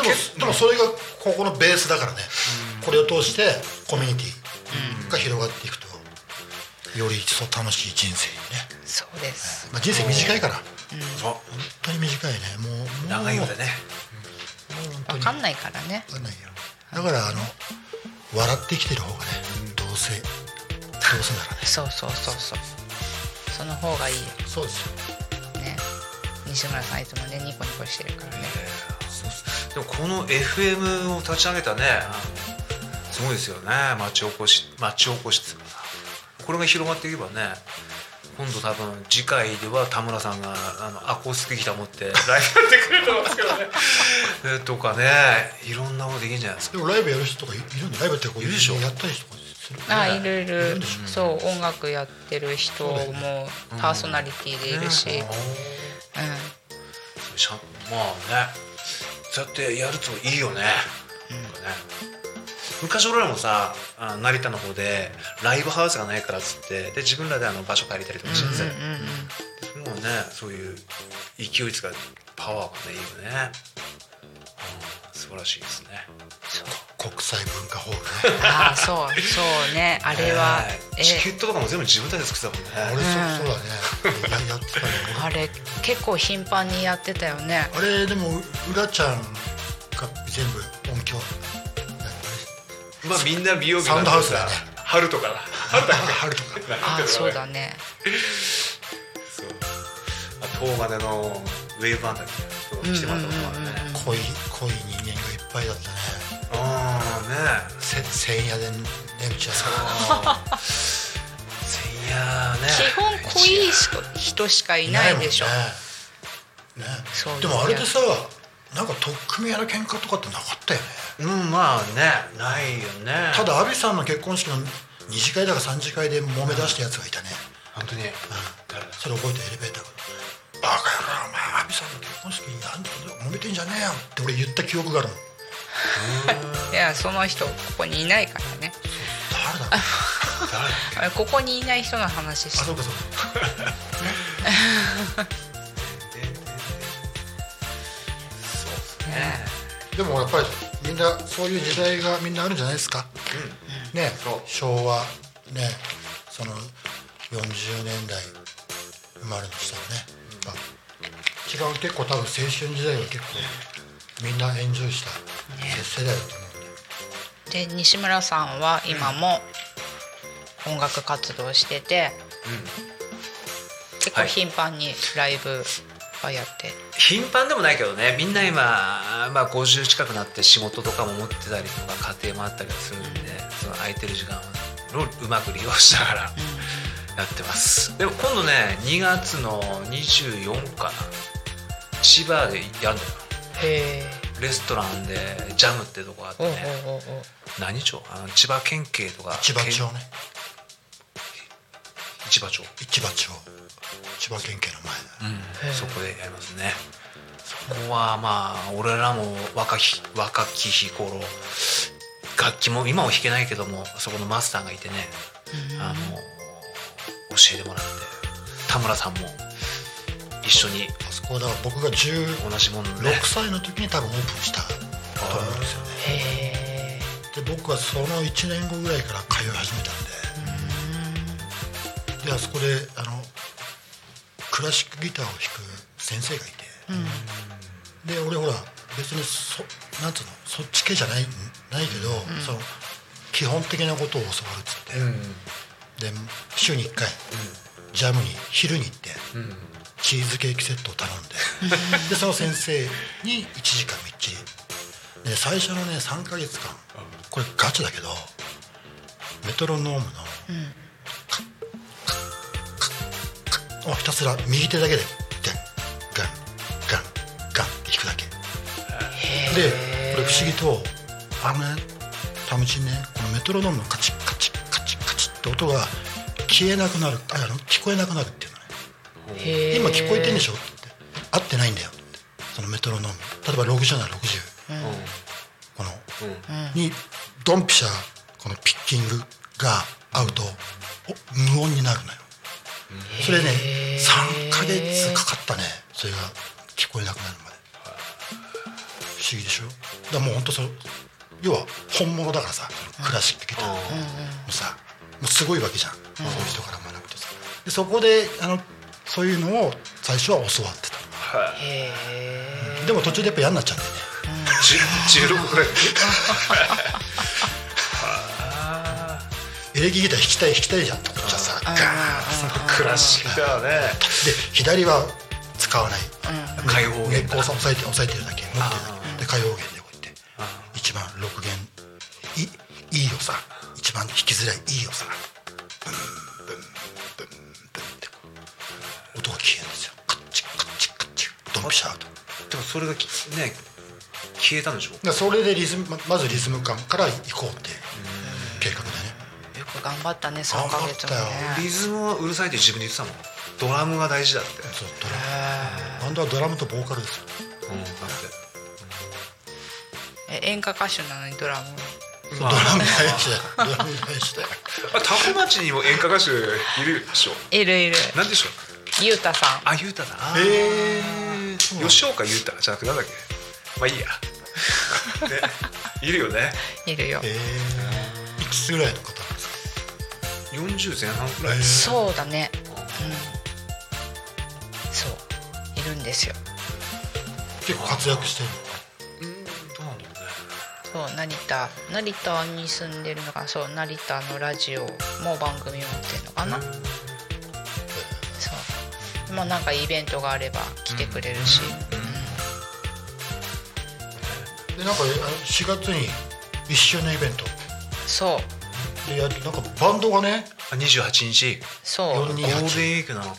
でもでもそれがここのベースだからね、これを通してコミュニティが広がっていくとより一層楽しい人生にね、
そうです
まあ、人生短いから本
そ
当に短いねもうもう
う長いようでね
分かんないからね
わかんないよだからあの笑って生きてる方がねどうせどうせな らね
そうそうそうそうその方がいいよ
そうですよ
ね西村さんいつもねニコニコしてるからね
でもこの FM を立ち上げたねあのすごいですよね町おこし町おこしっていうかなこれが広がっていけばね今度多分次回では田村さんがあのアコースティックギター持ってライブやってくれると思うんですけどねえ とかねいろんなことできるんじゃないですか
でもライブやる人とかいいるんでライブってこう
いるでしょ
やったりとかする
あいるいるそう音楽やってる人もパーソナリティでいるし、うん、
しゃんまあねそうやってやるといいよね,、なんかね昔俺らもさあ成田の方でライブハウスがないからっつってで自分らであの場所借りたりとかしてて、もうねそういう勢いつかパワーがねいいよね、うん素晴らしいですね
国際文化ホールね
ああそうそうねあれは
ねえ
え
チケットとかも全部自分たちで作ってた
あ
も
れ
ん
そ
ね
そうだねややってたね
あれ結構頻繁にやってたよね
あれでもうらちゃんが全部音響
まあみんな美容業
サウンドハウスだ
だ
ね
春とかだ春とか 春とか
ああそうだね
そうあ東金のウェーブバンドみたいなの来てもらったこともあるね
濃い濃い人間がいっぱいだったね
ああ ね
せ千夜でねうちはさ
せいやね
基本濃い人人しかいないでしょ
いもんねね
そうです
で
ね
もあれでさなんか取っ組み合いの喧嘩とかってなかったよね
うんまあねないよね
ただ阿部さんの結婚式の二次会だか三次会で揉め出したやつがいたね、
本当に誰だ
それ覚えてエレベーターから「バカ野郎お前阿部さんの結婚式になんで揉めてんじゃねえよ」って俺言った記憶があるもん
いやその人ここにいないからね
誰だろうあ
誰だ
あれここにいない人の話して
そうかそうか
そうですね
でもやっぱりみんなそういう時代がみんなあるんじゃないですか、ね
そう
昭和ねその40年代生まれの人はね、まあ違う結構多分青春時代は結構みんなエンジョイした世代だと思うんで、
で西村さんは今も音楽活動してて、結構
はい
頻繁にライブはやって、
頻繁でもないけどねみんな今、まあ、50近くなって仕事とかも持ってたりとか家庭もあったりするんで、その空いてる時間をうまく利用しながらやってます、でも今度ね2月の24かな千葉でやるのよ
へ
レストランでジャムってとこあって
おう
ね、
おうおう
何町あの千葉県警とか
千葉町
県
ね
千葉町、
千葉町千葉県警の前だ、
そこでやりますねそこはまあ俺らも若き若き日頃楽器も今は弾けないけどもそこのマスターがいてね、あの教えてもらって田村さんも一緒に
あそこはだから僕が16
同じものね
歳の時に多分オープンしたと思うんですよね
へ
で僕はその1年後ぐらいから通い始めたんで、であそこであのクラシックギターを弾く先生がいて、で俺ほら別にそなんつうのそっち系じゃないないけど、その基本的なことを教わるっつって、で週に1回、ジャムに昼に行って、チーズケーキセットを頼んででその先生に1時間みっちりで最初のね3ヶ月間これガチだけどメトロノームの、カッカッカッカッをひたすら右手だけでガンガンガンガンって弾くだけでこれ不思議とあのねタムチンねこのメトロノームのカチッカチッカチッカチッって音が消えなくなるああの聞こえなくなるっていうのね
え
今聞こえてんでしょって言って合ってないんだよってそのメトロノーム例えば60なら60、この、にドンピシャこのピッキングが合うとお無音になるのよそれね3ヶ月かかったねそれが聞こえなくなるまで不思議でしょだからもうほんとその要は本物だからさそのクラシック的なもうさもうすごいわけじゃん、そういう人から学ぶとさでそこであのそういうのを最初は教わってたでも途中でやっぱ嫌になっちゃうんだよね
16ぐらい
エレキギター弾きたい弾きたいじゃんってこっちはさガーンさ
クラシックだよね
で左は使わない
開放
根っ
弦
こ
だ
を押さえて押さえてるだけ持ってるだけで開放弦でこうやって一番6弦いいいをさ一番弾きづらいいいをさブンブンブンブンってこう音が消えるんですよカッチカッチカッチドンピシャーとだか
でもそれがきね消えたんでしょ
らそれでリズムままずリズム感から行こうっていう計画でね
よく頑張ったね3ヶ月もね
頑張った
リズムはうるさいって自分で言ってたもんドラムが大事だって
そうドラムバンドはドラムとボーカルですよ
うんだって
え演歌歌手なのにドラム
まあ
ドラム大事だよドラム大事だよ
あタコ町にも演歌歌手いるでしょ
いるいる
なんでしょう
ゆうたさん
あゆうただあー
ええ
吉岡ゆうたじゃなくなんだっけ まあいいやねいるよね
いるよ
ええいくつぐらいの方なんですか
40前半くらい
そうだねうんそういるんですよ
結構活躍してる
どうなんだろうね
そう成田成田に住んでるのかなそう成田のラジオも番組持ってるのかなそうまあなんかイベントがあれば来てくれるし、
でなんかえあの4月に一周年イベント
そう
でやるなんかバンドがね
あ28日
そ
4
う
ゴ
人
ールデンウ
8
ィークなのなん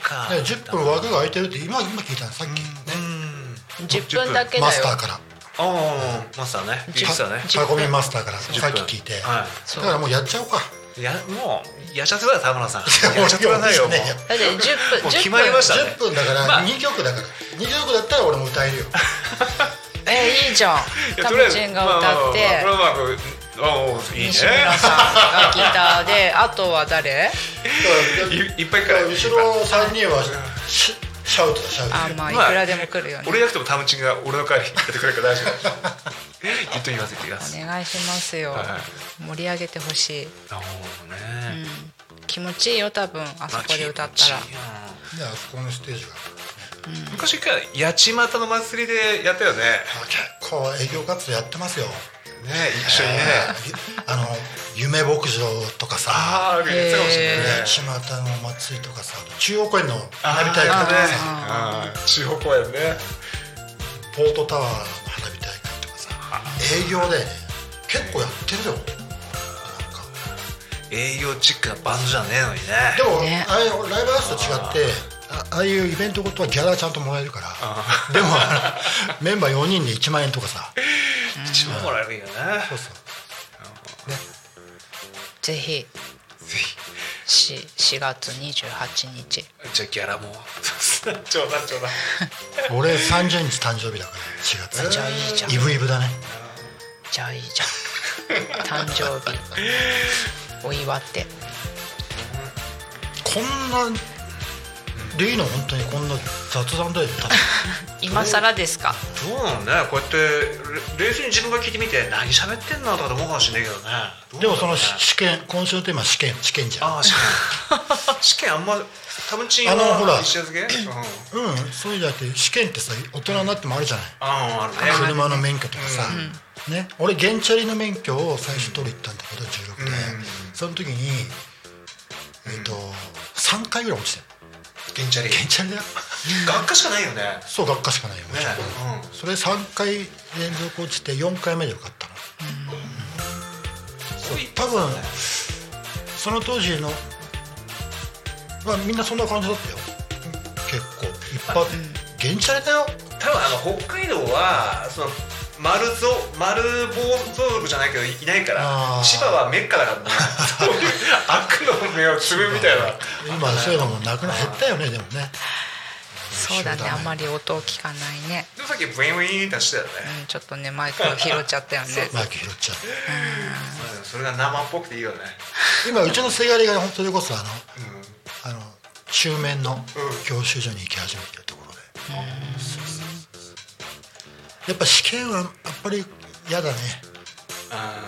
か
ね、10分枠が空いてるって今今聞いたのさっき、
うん
10分だけ
マ
だ
ス
よ
ターから
ああマスターねいいですよね
タコミンマスターからさ
10分
っき聞いて、
は
そう
だからもうやっちゃおうか
いやもうやっちゃってください田村さん
いや
やっちゃってくださいよもう
いやいや
だって10分
も
10
う決まりましたね
10分だから、
まあ
2曲だから2曲だったら俺も歌えるよ
えーいいじゃん
いや
タ
と
ム
りあえず
チンが歌って、
まあまあまあこれはまあこうあお いいね
西村さんがギターであとは誰
いいっぱい
だ
か
からら後ろ3人はシシャウトだシャウト
あまあいく
まあ
らでも来るよね、
俺いなくてもタムチンが俺の会にやってくれるから大丈 夫言っと言わせてください
お願いしますよ、
はいはい
盛り上げてほしい、
なるほどね
うん、気持ちいいよ多分あそこで歌ったら、
まあ気持ちいいな
であそこのステージが
昔一回八街の祭りでやったよね
あ結構営業活動やってますよ
ね一緒にね
あの夢牧場とかさ
ああやってたかもしれないね
八幡のお祭りとかさ中央公園の
あ
花火大会とかさ
あったねうん地方公演ね
ポートタワーの花火大会とかさ営業でね結構やってるよなんか
営業チックなバンドじゃねえのにね
でも、
ね
ああいうライブハウスと違ってあああいうイベントごとはギャラちゃんともらえるからでも あのメンバー4人で1万円とかさ
一番もらえるよね
そうそう
ぜひ
ぜひ
し4月28日
じゃあギャラも冗談冗談
俺30日誕生日だから4月
じゃあいいじゃん
イブイブだね
じゃあいいじゃん誕生日お祝って
こんなでいいの本当にこんな雑談で
今更ですか
どうなんだねこうやってれ冷静に自分が聞いてみて何喋ってんのとかと思うかもしれないけどね
でもその
どうなんだろうね
試験今週のテーマは試験試験じゃん
ああ試験 試験あんまタムチンは
あのほら
一夜漬け、うん、あ
うんそうじゃなくて試験ってさ大人になってもあるじゃない
ああるね
車の免許とかさ、ね、俺原チャリの免許を最初取り行ったんだけど16で、その時に、えっと3回ぐらい落ちてる
ゲンチャリ
原チャリだよ
学科しかないよねね
そう学科しかないよ、もちろん
うん
それ3回連続落ちて4回目で受かったの、
そう
多分その当時の、まあ、みんなそんな感じだったよ結構いっぱい原チャリだよ
多分あの北海道はその丸ぞ丸暴走族じゃないけどいないから
あー
千葉はメッカだからね そういう悪の目をつぶみたいな
今そういうのもなくな減ったよねでもね
そうだね
一緒だね
あんまり音を聞かないね、
でもさっきブインブインってしてたよね、
うん、ちょっとねマイクを拾っちゃったよね
マイク拾っちゃう
うんそれが生っぽくていいよね
今うちのせがれが本当にこそあの
うん
あの中面の教習所に行き始めてるところで、そうそうそうやっぱ試験はやっぱり嫌だね
あ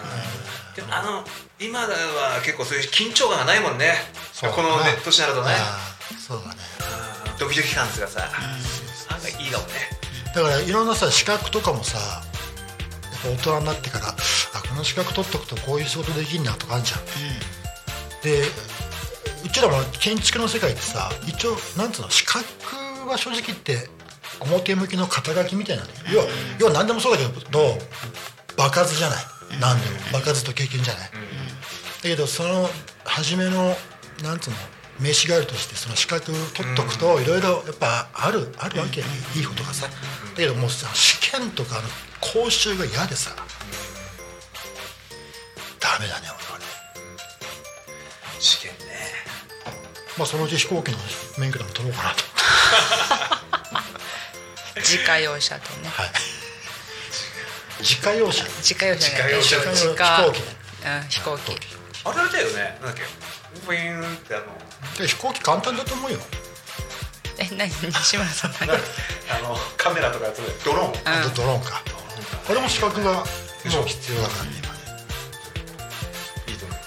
ーでもあの今は結構そういう緊張感がないもんね
そうだ
こ
な
のね年になるとね
あーそうだね
あードキドキ感がさなんかいいかもね
だからいろんなさ資格とかもさやっぱ大人になってからあこの資格取っとくとこういう仕事できるなとかあるじゃん、でうちらも建築の世界ってさ一応なんつうの資格は正直言って表向きの肩書きみたいなの要は要は何でもそうだけど場数じゃない何でも場数と経験じゃない、だけどその初めのなんつうの名刺代わりとしてその資格取っとくといろいろやっぱあるあるわけよいいことがさだけどもうさ試験とかあの講習が嫌でさダメだね俺はね
試験ね
ままあ、そのうち飛行機の免許でも取ろうかなと、
自家用車とね
はい、自家用車
自家用車じゃない
自家用
車
自家
飛行
う
機
ん、飛行機
あれやりたいよねなんだっけブイーンってあの
で飛行機簡単だと思うよ、
え何 西村さん何
なんか あのカメラとかやつでドローン
うん
あとドローンかこれも資格がもう必要だからね今ね
いいと思う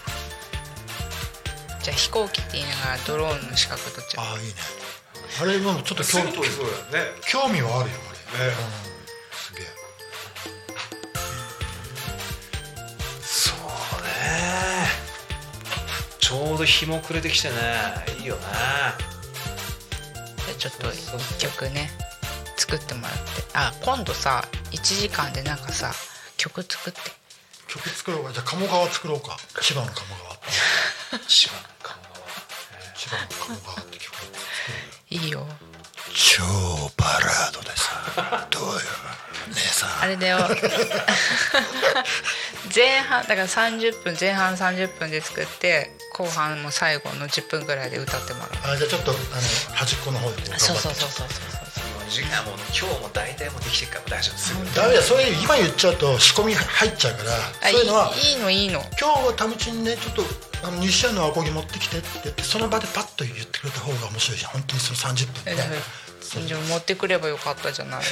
じゃあ飛行機って言いながらドローンの資格取っちゃう
ああいいねあれもちょっと
そ
興
ういう
味
ことそうだよね
興味はあるよあれ、
ね
うん、すげえ
そうねちょうど日も暮れてきてねいいよね
じゃあちょっと一曲ね作ってもらってあ今度さ1時間でなんかさ曲作って
曲作ろうかじゃあ鴨川作ろうか千葉の鴨川って
千葉の鴨川
千葉の鴨川って曲
いいよ
超バラードでさどうよ姉さん
あれだよ 前半だから30分前半30分で作って後半も最後の10分ぐらいで歌ってもらう
あじゃあちょっとあの端っこの方でこう頑張って
そうそうそうそうそうそう
もう時間もう今日も大体もうできてるから大丈夫ですよ
ダメだそれ今言っちゃうと仕込み入っちゃうから
あ
そういうのはい
いいいのいいの
今日はタムチンねちょっとあの西山のアコギ持ってきてって言ってその場でパッと言ってくれた方が面白いじゃん本当にその30分で、
えじゃあ持ってくればよかったじゃない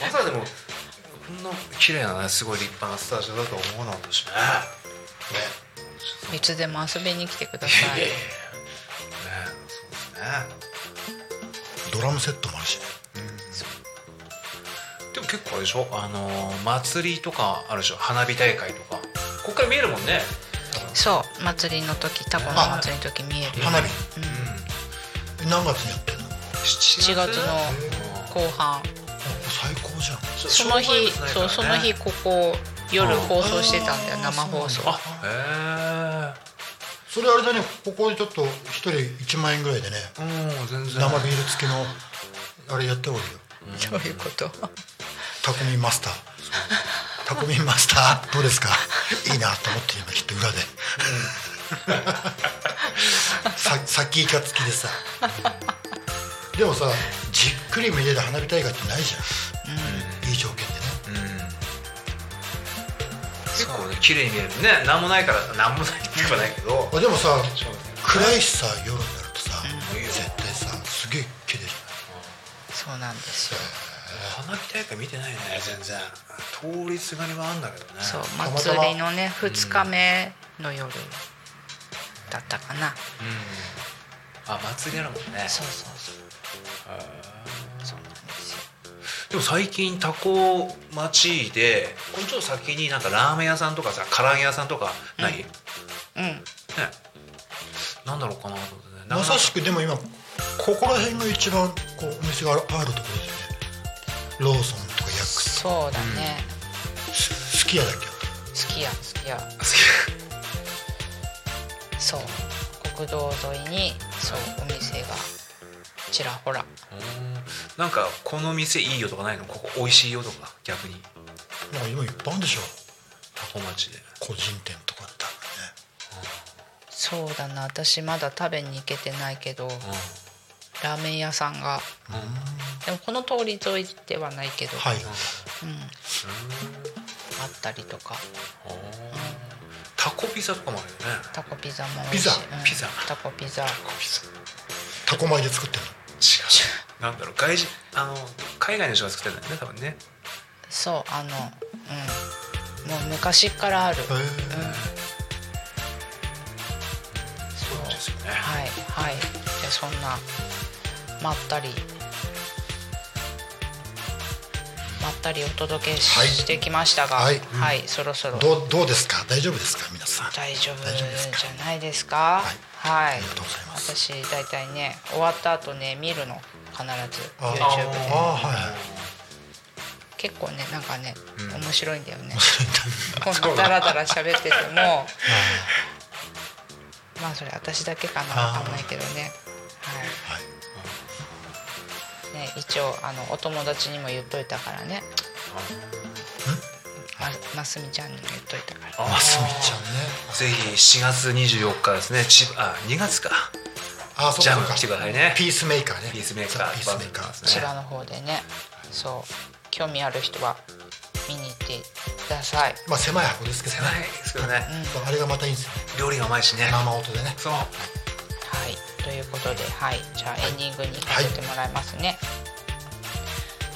まさかでもこんな綺麗なねすごい立派なスタジオだとは思わなかったしね
いつでも遊びに来てください
ねそうですね
ドラムセットもあるしね
でも結構あれでしょあのー祭りとかあるでしょ花火大会とかここから見えるもんね
そう祭りの時タコの祭りの時見えるよ
花火、え何月にやってんのあ
7
7月の後半
最高じゃん
その日そうその日ここ夜
うん
放送してたんだよ
あー
生放送
そ うなん
あ
だ
へ
それあれだねここでちょっと一人1万円ぐらいでね
えうん全然
生ビール付きのあれやった方がいいよ
どういうこと
匠マスター匠マスターどうですかいいなと思って今きっと裏で、さ先行きが付きでさでもさじっくりめでる花火大会ってないじゃん、いい条件でね
結構ね綺麗に見えるね何もないから何もないって言えばないけど
あでもさ
そうね
暗いしさ夜になるとさ、
うんいいよ
絶対さすげえ綺麗じ
そうなんですよ
花火大会見てないね全然通りすがりはあんだけどね
そう
またま
祭りのね2日目の夜だったかな
あ祭りあるもんね
そうそうそうそうなんですよ
でも最近タコ町でこのちょっと先になんかラーメン屋さんとかさ唐揚げ屋さんとかない、ね
うん
なんだろうかなと思ってね
ゃんまさしくでも今ここら辺が一番こうお店があるあるところですよねローソンとかヤックス
そうだね
すすき家だっけ
好きや好きや
好き
そう国道沿いにそうお店がちらほら
なんかこの店いいよとかないのここ美味しいよとか逆に
なんか今いっぱいあるんでしょ
タコ町で
個人店とかで多
そうだな私まだ食べに行けてないけど
うん
ラーメン屋さんがでもこの通り沿いではないけど、
分ねはい
うん、あったりとか
タコピザとかもあるよね
タコピザも美味しい
ピザ
うん
ピザ
タコピザ
タコピザ
タコ米で作ってるの
違うなんだろう外人あの海外の人が作ってるんだよね多分ね
そうあのうんもう昔からある、うん、
へ
そうなんですよね
はいはいじゃあそんなまったりまったりお届けし,、
はい
てきましたが
はい
はい、そろそろ
どうどうですか大丈夫ですか皆さん
大丈夫
大丈夫ですか
じゃないですかはい、
ありがとうございます
私大体ね終わった後ね見るの必ず
あ
YouTube
あ
で
あはいはい
結構ねなんかね、
うん
面白いんだよね
面白い
こ
んだ
んなダラダラ喋ってて もまあそれ私だけかなわ
あー
かんないけどね
はい
はいね一応あのお友達にも言っといたからねまますみちゃんにも言っといたから
あ
すみちゃんね
ぜひ4月24日ですね千葉あ2月か
あそう
ジャ
か
ム
そうか
来てくださいね
ピースメーカーね
ピースメーカー
ピースメーカ
バンドで
ー
す
千
ね
葉の方でねそう興味ある人は見に行ってください
まあ狭い箱ですけどね
狭いですけどね、
そうあれがまたいいんですよね
料理がうまいしね
生音でね
そう
はい、ということで、はい、じゃあエンディングに行かせてもらいますね。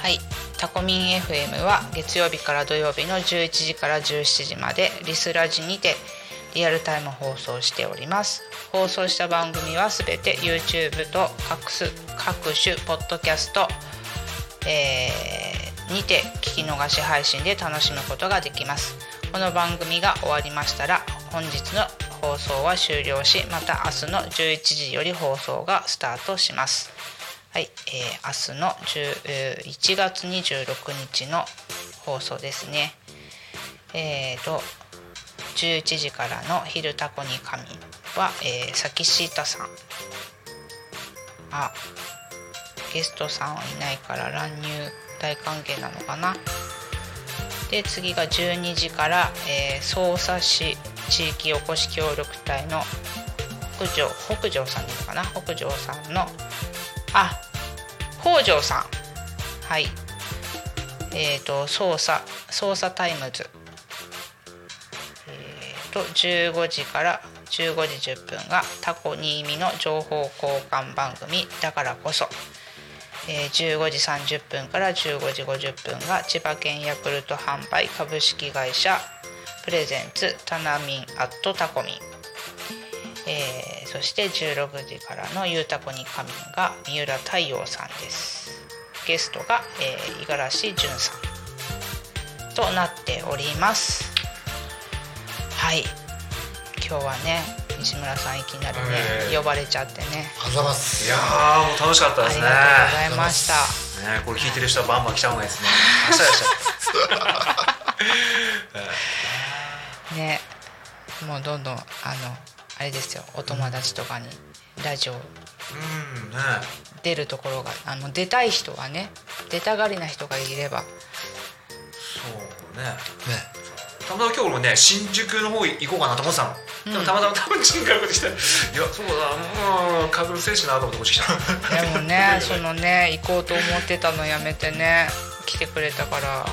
はい、タコミン FM は月曜日から土曜日の11時から17時までリスラジにてリアルタイム放送しております。放送した番組はすべて YouTube と各す各種ポッドキャスト、えーにて聞き逃し配信で楽しむことができますこの番組が終わりましたら本日の放送は終了しまた明日の11時より放送がスタートしますはい、えー明日の10えー1月26日の放送ですねえーと11時からの「昼タコに神」は、えー、さきしーたさんあゲストさんはいないから乱入大歓迎なのかなで次が12時から、えー、匝瑳市地域おこし協力隊の北条北条さんでいいのかな北条さんのあ北条さんはいえっ、ー、と捜査捜査タイムズと15時から15時10分がタコ新見の情報交換番組だからこそ、えー15時30分から15時50分が千葉県ヤクルト販売株式会社プレゼンツタナミンアットタコミン、えーそして16時からの「ゆうたこに神」が三浦太陽さんですゲストが、えー、五十嵐淳さんとなっておりますはい今日はね西村さんいきなりね、
えー
呼ばれちゃってね
あざます
いやーもう楽しかった
あ
で
り
す
が
ね
とうございました。
ねこれ聞いてる人はバンバン来た方がいいですね明日でし
ね、もうどんどんあのあれですよ、お友達とかにラジオ
たうんね
出るところがあの出たい人はね、出たがりな人がいれば、
そうね
ね
たまたま今日俺もね新宿の方行こうかなと思ってたの、でもたまたま多分人が来てきたいやそうだうんかぶる選手なと思ってこっち来 た
でも ね、そのね行こうと思ってたのやめてね来てくれたから。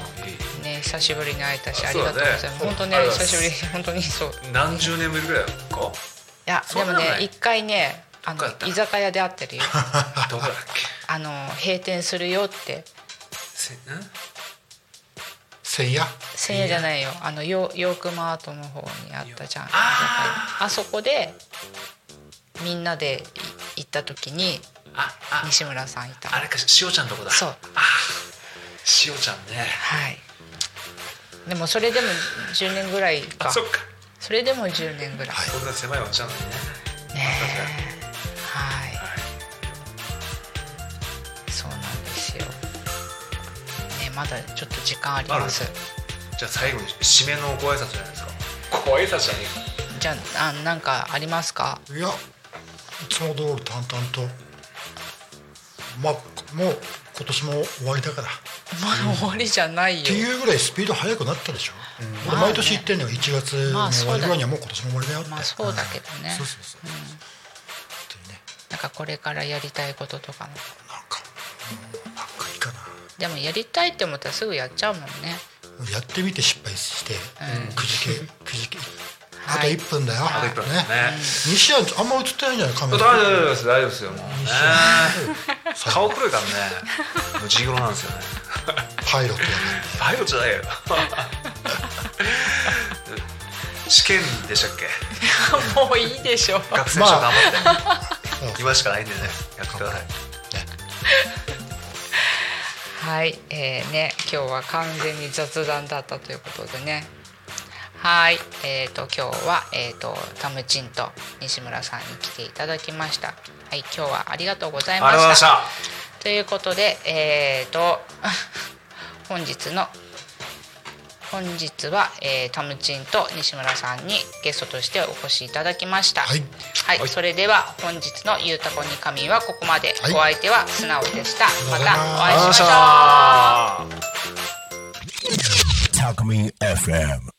ね、久しぶりに会えたしありがとうございます、
そうだね
本当ね
ありがとうご
久
ざ
し
い
ぶり
ま
に本当にそうい
何十年ぶりぐらいか
や
そ
で
んな
も
のない
ね一回ねあの
よかった
居酒屋で会ってるよ
どこだっけ
あの閉店するよって
せん
せいや
千円じゃないよあのヨヨークマートの方にあったじゃん
あ
あそこでみんなでい行った時に
ああ
西村さんいた
あ
は
れかしおちゃんのとこだ
そう
あしおちゃんね
いでもそれでも10年ぐらいか
そっか
それでも10年ぐらい
こんな狭いわけじゃないね
ねえはいそうなんですよねまだちょっと時間あります
あじゃあ最後に締めのご挨拶じゃないですかご挨拶じゃね
じゃああなんかありますか
いやいつも通り淡々とまあもう今年も終わりだからっ
まだ終わりじゃないよ
ていうぐらいスピード速くなったでしょ、これ
まあね
毎年言ってんのよ1月
ま
の
あ
終
そ
わ
う
り
だ
ぐらいにはもう今年も終わりだよって、
まあそうだけどね
うんそうそうそう、本当にね
なんかこれからやりたいこととかの
なんか、うんなんかいいかな
でもやりたいって思ったらすぐやっちゃうもんね
やってみて失敗して、くじ けくじけあと
はい
1分だよ、
あと1分ね
西矢あんま映ってないんじゃないカメ
大
ラ
丈夫です大丈夫ですよもうね顔黒いからねもうジグロなんですよね
パイロットだ
パイロットじゃないよ 試験でしたっけ
もういいでしょ
学生証頑張って、
から ね
今しかないんでねやってください
はいえー、ね今日は完全に雑談だったということでねはいえー、と今日は、えー、とタムチンと西村さんに来ていただきましたはい今日はありがとうござい
あ
ま
りがとうございま
し
したた
ということでえー、と 本日の本日は、えー、タムチンと西村さんにゲストとしてお越しいただきました
はい
はい、それでは本日の「ゆうたこに神」はここまで、
はい
お相手は素直でしたまた
ありがとうございます
お会いしましょ
Talk
う
Talk Me FM.